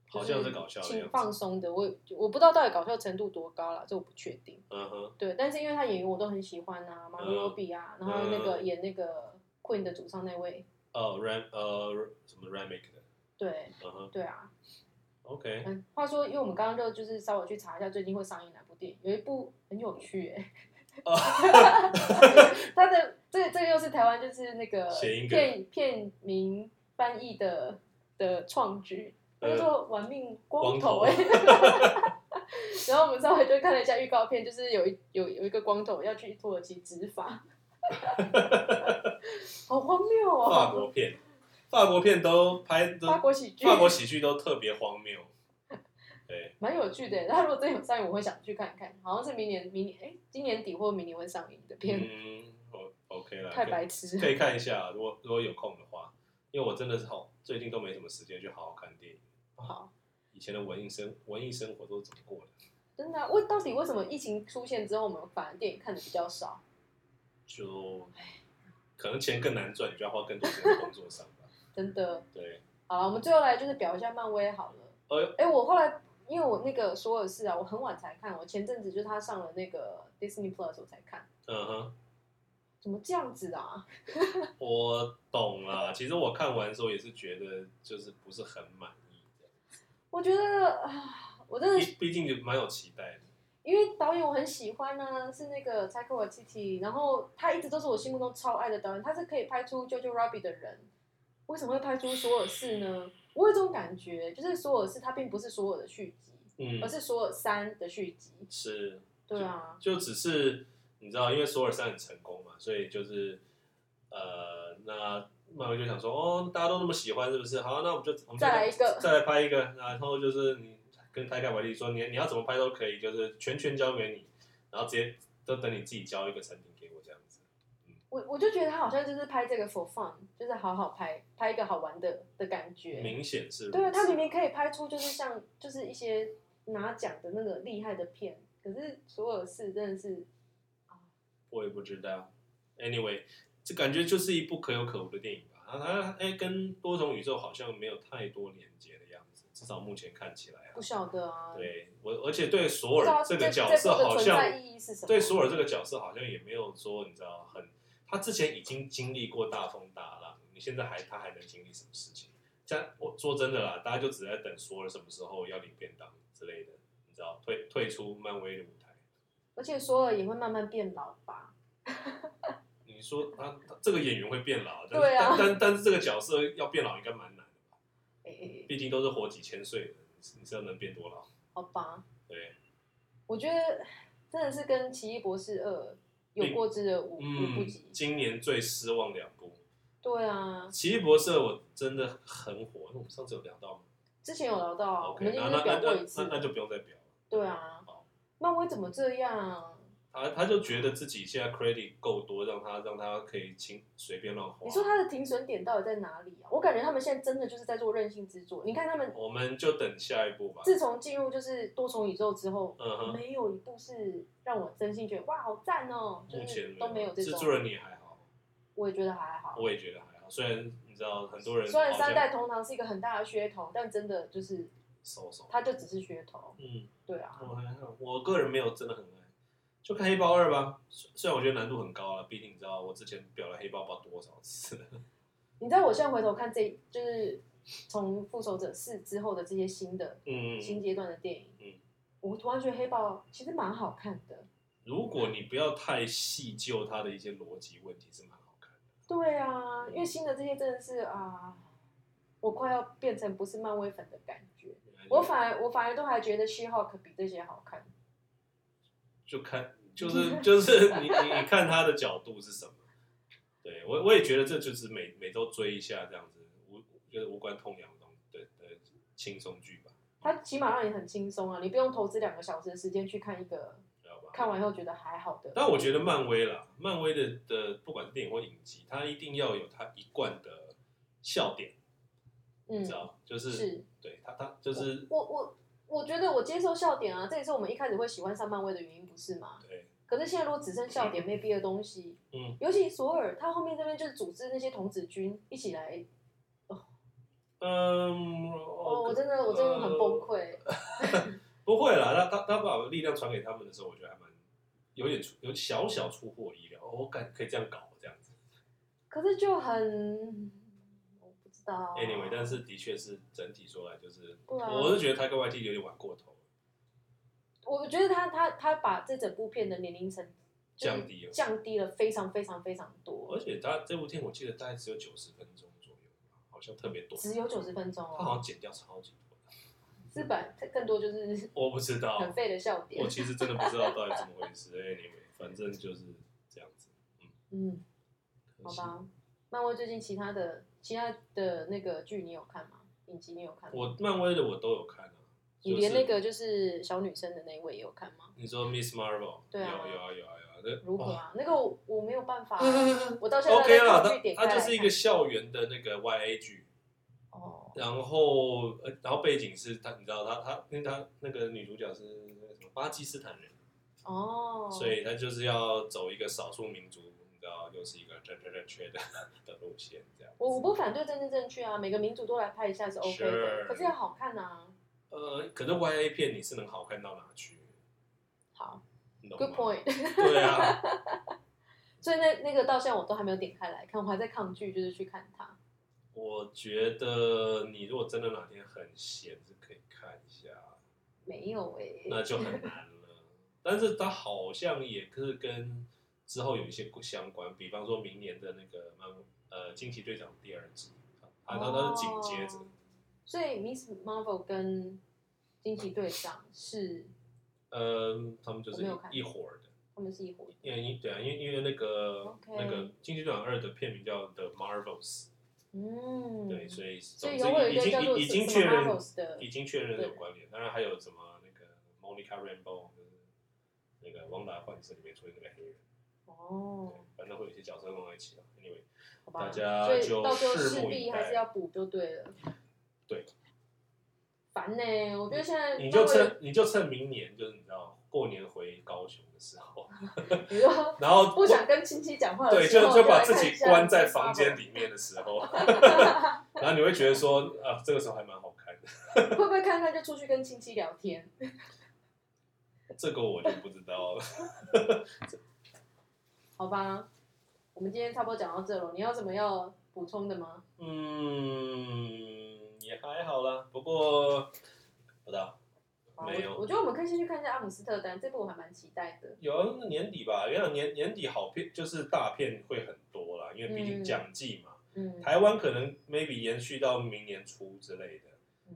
Speaker 2: 好像是搞笑的
Speaker 1: 挺
Speaker 2: 样
Speaker 1: 放
Speaker 2: 子。
Speaker 1: 松的。我我不知道到底搞笑程度多高了，这我不确定。
Speaker 2: 嗯哼，
Speaker 1: 对，但是因为他演员我都很喜欢啊，马里奥比啊，然后那个演那个 Queen 的主唱那位，
Speaker 2: 哦 r a m 呃什么 Ramic 的，
Speaker 1: 对
Speaker 2: 嗯哼
Speaker 1: 对啊，
Speaker 2: ，OK，
Speaker 1: 嗯，话说，因为我们刚刚就就是稍微去查一下最近会上映哪部电影，有一部很有趣耶、
Speaker 2: 哦
Speaker 1: 他的这这又是台湾就是那个
Speaker 2: 谐音梗
Speaker 1: 片片名翻译的的创举，它
Speaker 2: 呃
Speaker 1: 叫做《玩命光头》 哎、 然后我们稍微就看了一下预告片，就是有一有有一个光头要去土耳其执 法，好荒谬哦！
Speaker 2: 法国片，法国片都拍都
Speaker 1: 法国喜剧，
Speaker 2: 法国喜剧都特别荒谬。对，
Speaker 1: 蛮有趣 的。他如果真有上映，我会想去看看。好像是明年，明年哎、今年底或明年会上映的片，
Speaker 2: 嗯，o OK 啦，
Speaker 1: 太
Speaker 2: 可
Speaker 1: 白痴
Speaker 2: 以
Speaker 1: 了。
Speaker 2: 可以看一下，如果如果有空的话，因为我真的是好最近都没什么时间去好好看电影。
Speaker 1: 好，
Speaker 2: 以前的文艺生文艺生活都是怎么过的？
Speaker 1: 真的啊、为到底为什么疫情出现之后，我们反而电影看的比较少？
Speaker 2: 就可能钱更难赚，你就要花更多时间在工作上吧。
Speaker 1: 真的。
Speaker 2: 对，
Speaker 1: 好了，我们最后来就是表一下漫威好了。
Speaker 2: 呃，
Speaker 1: 哎、我后来因为我那个索尔是啊，我很晚才看，我前阵子就是他上了那个 Disney Plus 我才看。
Speaker 2: 嗯哼，
Speaker 1: 怎么这样子啊？
Speaker 2: 我懂了。其实我看完的时候也是觉得，就是不是很满意这样。
Speaker 1: 我觉得啊，我真的
Speaker 2: 毕毕竟就蛮有期待的。
Speaker 1: 因为导演我很喜欢呢、是那个柴可瓦契奇，然后他一直都是我心目中超爱的导演，他是可以拍出《JoJo Rabbit》的人，为什么会拍出《索尔四》呢？我有一种感觉，就是《索尔四》它并不是索尔的续集，而
Speaker 2: 嗯，
Speaker 1: 是《索尔三》的续集。
Speaker 2: 是。
Speaker 1: 对啊，
Speaker 2: 就只是你知道，因为索尔山很成功嘛，所以就是呃，那漫威就想说，哦，大家都那么喜欢，是不是？好，那我们就我们
Speaker 1: 再来一个
Speaker 2: 再来拍一个，然后就是你跟泰盖维利说，你你要怎么拍都可以，就是全权交给你，然后直接都等你自己交一个成品给我这样子。
Speaker 1: 我我就觉得他好像就是拍这个 for fun，就是好好拍拍一个好玩的的感觉。
Speaker 2: 明显是如此
Speaker 1: 对啊，他明明可以拍出就是像就是一些拿奖的那个厉害的片，可是《索尔四》真的是
Speaker 2: 我也不知道。Anyway，这感觉就是一部可有可无的电影吧。啊，它哎，跟多重宇宙好像没有太多连接的样子，至少目前看起来啊。
Speaker 1: 不晓得啊。
Speaker 2: 对我，而且对索
Speaker 1: 不知道
Speaker 2: 尔这个角
Speaker 1: 部
Speaker 2: 色
Speaker 1: 的
Speaker 2: 好
Speaker 1: 存在
Speaker 2: 像，
Speaker 1: 意义是什么？
Speaker 2: 对索尔这个角色好像也没有说你知道很，他之前已经经历过大风大浪，你现在还他还能经历什么事情？像我说真的啦，大家就只在等索尔什么时候要领便当之类的，你知道退退出漫威的舞台。
Speaker 1: 而且索尔也会慢慢变老吧？
Speaker 2: 你说他他这个演员会变老，但
Speaker 1: 对
Speaker 2: 是、
Speaker 1: 啊
Speaker 2: 但但但是这个角色要变老应该蛮难的吧？
Speaker 1: 诶、诶诶
Speaker 2: 毕竟都是活几千岁的，你是你知道能变多老？
Speaker 1: 哎好吧，
Speaker 2: 对，
Speaker 1: 我觉得真的是跟《奇异博士二》有过之而无无不
Speaker 2: 嗯
Speaker 1: 及，。
Speaker 2: 今年最失望两部。
Speaker 1: 对啊，
Speaker 2: 奇异博士我真的很火，那我们上次有聊到吗
Speaker 1: 之前有聊哦到，我
Speaker 2: ？OK，
Speaker 1: 们已
Speaker 2: 那
Speaker 1: 经
Speaker 2: 那
Speaker 1: 表
Speaker 2: 那
Speaker 1: 过
Speaker 2: 那
Speaker 1: 一次
Speaker 2: 那。那就不用再表了。
Speaker 1: 对啊
Speaker 2: 好，
Speaker 1: 漫威怎么这样？
Speaker 2: 他他就觉得自己现在 credit 够多，让他让他可以轻随便乱花。
Speaker 1: 你说他的停损点到底在哪里啊？我感觉他们现在真的就是在做任性之作。你看他们
Speaker 2: 我们就等下一步吧。
Speaker 1: 自从进入就是多重宇宙之后，
Speaker 2: 嗯哼，
Speaker 1: 没有一部是让我真心觉得哇好赞哦、
Speaker 2: 目
Speaker 1: 就
Speaker 2: 前
Speaker 1: 是都没有这
Speaker 2: 制
Speaker 1: 种。
Speaker 2: 作人你还好，
Speaker 1: 我也觉得还好。
Speaker 2: 我也觉得还好。虽然你知道很多人
Speaker 1: 虽然
Speaker 2: 好像
Speaker 1: 三代同堂是一个很大的噱头，但真的就是
Speaker 2: 收手，
Speaker 1: 它就只是噱头。
Speaker 2: 嗯，
Speaker 1: 对啊，
Speaker 2: 我还好，我个人没有真的很爱，就看黑豹二吧。虽虽然我觉得难度很高啊，毕竟你知道我之前表了黑豹不知道多少次了。
Speaker 1: 你知道我现在回头看这，就是从《复仇者四》之后的这些新的、
Speaker 2: 嗯，
Speaker 1: 新阶段的电影，
Speaker 2: 嗯
Speaker 1: 我突然觉得黑豹其实蛮好看的。
Speaker 2: 如果你不要太细究它的一些逻辑问题，是蛮好看的。
Speaker 1: 对啊，因为新的这些真的是啊，我快要变成不是漫威粉的感觉。
Speaker 2: 嗯
Speaker 1: 我反而我反而都还觉得 She Hulk 比这些好看。
Speaker 2: 就看，就是就是你你你看他的角度是什么？对我我也觉得这就是每每周追一下这样子，无就是无关痛痒的东对对轻松剧吧，
Speaker 1: 它起码让你很轻松啊，你不用投资两个小时的时间去看一个
Speaker 2: 知道吧？
Speaker 1: 看完以后觉得还好的。
Speaker 2: 但我觉得漫威啦，漫威的的不管是电影或影集，它一定要有它一贯的笑点，你
Speaker 1: 嗯
Speaker 2: 知，道？就是啊
Speaker 1: 是
Speaker 2: 对它它就是
Speaker 1: 我我我觉得我接受笑点啊，这也是我们一开始会喜欢上漫威的原因，不是吗？
Speaker 2: 对，
Speaker 1: 可是现在如果只剩笑点没别的东西，
Speaker 2: 嗯，
Speaker 1: 尤其索尔他后面这边就是组织那些童子军一起来，
Speaker 2: 嗯，
Speaker 1: 哦，
Speaker 2: 哦
Speaker 1: 我真的我真的很崩溃。
Speaker 2: 不会啦，他他他把力量传给他们的时候，我觉得还蛮有点出有小小出乎我意料，哦我感可以这样搞这样子。
Speaker 1: 可是就很我不知道
Speaker 2: Anyway，但是的确是整体说来就是，
Speaker 1: 对啊
Speaker 2: 我是觉得他跟 YT 有点玩过头，
Speaker 1: 我觉得他他他把这整部片的年龄层就是
Speaker 2: 降低了
Speaker 1: 降低了非常非常非常多
Speaker 2: 而，且他这部片我记得大概只有九十分钟左右吧，好像特别短，
Speaker 1: 只有九十分钟
Speaker 2: 他好
Speaker 1: 哦，
Speaker 2: 像剪掉超级多的，
Speaker 1: 资本更多就是
Speaker 2: 我不知道，
Speaker 1: 很废的笑
Speaker 2: 我
Speaker 1: 点。
Speaker 2: 其实真的不知道到底怎么回事。Anyway，反正就是这样子，
Speaker 1: 嗯。
Speaker 2: 可
Speaker 1: 好
Speaker 2: 惜
Speaker 1: 吧，漫威最近其他的其他的那个剧你有看吗？影集你有看吗？
Speaker 2: 我漫威的我都有看啊，
Speaker 1: 你连那
Speaker 2: 就是
Speaker 1: 个就是小女生的那一位也有看吗？
Speaker 2: 你说 Miss Marvel，
Speaker 1: 对啊
Speaker 2: 有有啊有啊有啊，那
Speaker 1: 如何
Speaker 2: 哦
Speaker 1: 啊？那个我我没有办 法，我到现在
Speaker 2: OK 啦，
Speaker 1: 都去
Speaker 2: 它
Speaker 1: 点开来
Speaker 2: 它
Speaker 1: 看
Speaker 2: 就是一个校园的那个 YA 剧，
Speaker 1: 哦，
Speaker 2: 然后呃，然后背景是他，你知道他他，因为他那个女主角是那个什么巴基斯坦人，
Speaker 1: 哦，
Speaker 2: 所以他就是要走一个少数民族，你知道又是一个正正正确的的路线，这样。
Speaker 1: 我我不反对政治正确啊，每个民族都来拍一下是 OK 的，
Speaker 2: Sure
Speaker 1: 可是要好看啊。
Speaker 2: 呃，可是 YA 片你是能好看到哪去？
Speaker 1: 好
Speaker 2: 你懂吗
Speaker 1: ，Good point。
Speaker 2: 对啊，
Speaker 1: 所以那那个到现在我都还没有点开来看，我还在抗拒，就是去看它。
Speaker 2: 我觉得你如果真的哪天很闲，是可以看一下，
Speaker 1: 没有哎、
Speaker 2: 那就很难了。但是它好像也是跟之后有一些相关，比方说明年的那个漫呃惊奇队长第二季，它它它是紧接着
Speaker 1: 哦。所以 Miss Marvel 跟惊奇队长是
Speaker 2: 呃，他们就
Speaker 1: 我
Speaker 2: 是
Speaker 1: 没有看
Speaker 2: 一伙儿的，
Speaker 1: 他们是一伙的，
Speaker 2: 因为因对啊，因为因为那个
Speaker 1: OK
Speaker 2: 那个《惊奇队长二》的片名叫《The Marvels》，
Speaker 1: 嗯，
Speaker 2: 对，所以
Speaker 1: 所
Speaker 2: 总
Speaker 1: 以
Speaker 2: 之
Speaker 1: 有会有一个
Speaker 2: 已经
Speaker 1: 叫做
Speaker 2: 已已
Speaker 1: 什
Speaker 2: 经确
Speaker 1: 么
Speaker 2: 认
Speaker 1: Marvels 的
Speaker 2: 已经确认
Speaker 1: 对
Speaker 2: 有关联，当然还有什么那个 Monica Rambeau，就是那个《旺达幻视》里面出现那个黑人，对
Speaker 1: 哦，，
Speaker 2: 反正会有一些角色弄在一起啊。Anyway，
Speaker 1: 好吧，
Speaker 2: 大家
Speaker 1: 所以
Speaker 2: 就
Speaker 1: 到时候
Speaker 2: 拭
Speaker 1: 势
Speaker 2: 目以
Speaker 1: 必
Speaker 2: 待
Speaker 1: 还是要补就对了。
Speaker 2: 对，
Speaker 1: 烦呢、我觉得现在
Speaker 2: 你就
Speaker 1: 漫威
Speaker 2: 趁你就趁明年，就是你知道过年回高雄的时 候，
Speaker 1: 比如 说
Speaker 2: 然后
Speaker 1: 不想跟亲戚讲话的
Speaker 2: 对，
Speaker 1: 时
Speaker 2: 就
Speaker 1: 候，
Speaker 2: 就
Speaker 1: 就
Speaker 2: 把
Speaker 1: 来
Speaker 2: 自
Speaker 1: 看
Speaker 2: 己
Speaker 1: 一下
Speaker 2: 关在
Speaker 1: Miss
Speaker 2: 房间
Speaker 1: Marvel
Speaker 2: 里面的 时候，然后你会觉得说啊，这个时候还蛮好看的。
Speaker 1: 会不会看看就出去跟亲戚聊天？
Speaker 2: 这个我就不知道了。
Speaker 1: 好吧，我们今天差不多讲到这了，你有什么要补充的吗？
Speaker 2: 嗯，也还好啦，不过不知道
Speaker 1: 好
Speaker 2: 没有
Speaker 1: 哦我我觉得我们可以先去看一下《阿姆斯特丹》这部，我还蛮期待的。
Speaker 2: 有啊那年底吧，因为年年底好片就是大片会很多啦，因为毕竟
Speaker 1: 嗯
Speaker 2: 讲季嘛，
Speaker 1: 嗯，
Speaker 2: 台湾可能 maybe 延续到明年初之类
Speaker 1: 嗯
Speaker 2: 的。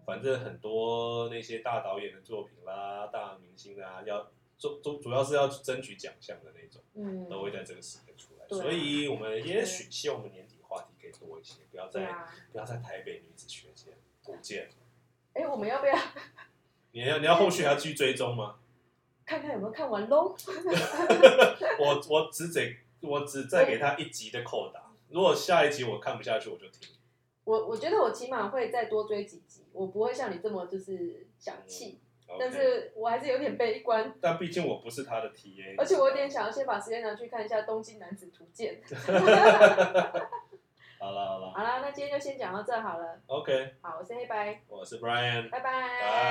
Speaker 2: 反正很多那些大导演的作品啦、大明星啦，要主主主要是要争取奖项的那种，
Speaker 1: 嗯，
Speaker 2: 都会在这个时间出来。
Speaker 1: 对啊
Speaker 2: 所以我们也许希望我们年底话题可以多一些，不要
Speaker 1: 对
Speaker 2: 在、
Speaker 1: 啊。
Speaker 2: 不要在台北女子学界不见。
Speaker 1: 哎、我们要不要
Speaker 2: 你要你要后续还要继续追 踪吗？
Speaker 1: 看看有没有看完喽？
Speaker 2: 我我只给我只再给他一集的扣打，如果下一集我看不下去我就停。
Speaker 1: 我我觉得我起码会再多追几集，我不会像你这么就是想气，但
Speaker 2: 嗯 OK
Speaker 1: 是我还是有点悲观，
Speaker 2: 但毕竟我不是他的 TA，
Speaker 1: 而且我有点想要先把时间拿去看一下《东京男子图鉴》。
Speaker 2: 好了好了
Speaker 1: 好啦，那今天就先讲到这好了。
Speaker 2: ，OK，
Speaker 1: 好，我是黑白，
Speaker 2: 我是 Brian，
Speaker 1: 拜拜。
Speaker 2: 拜。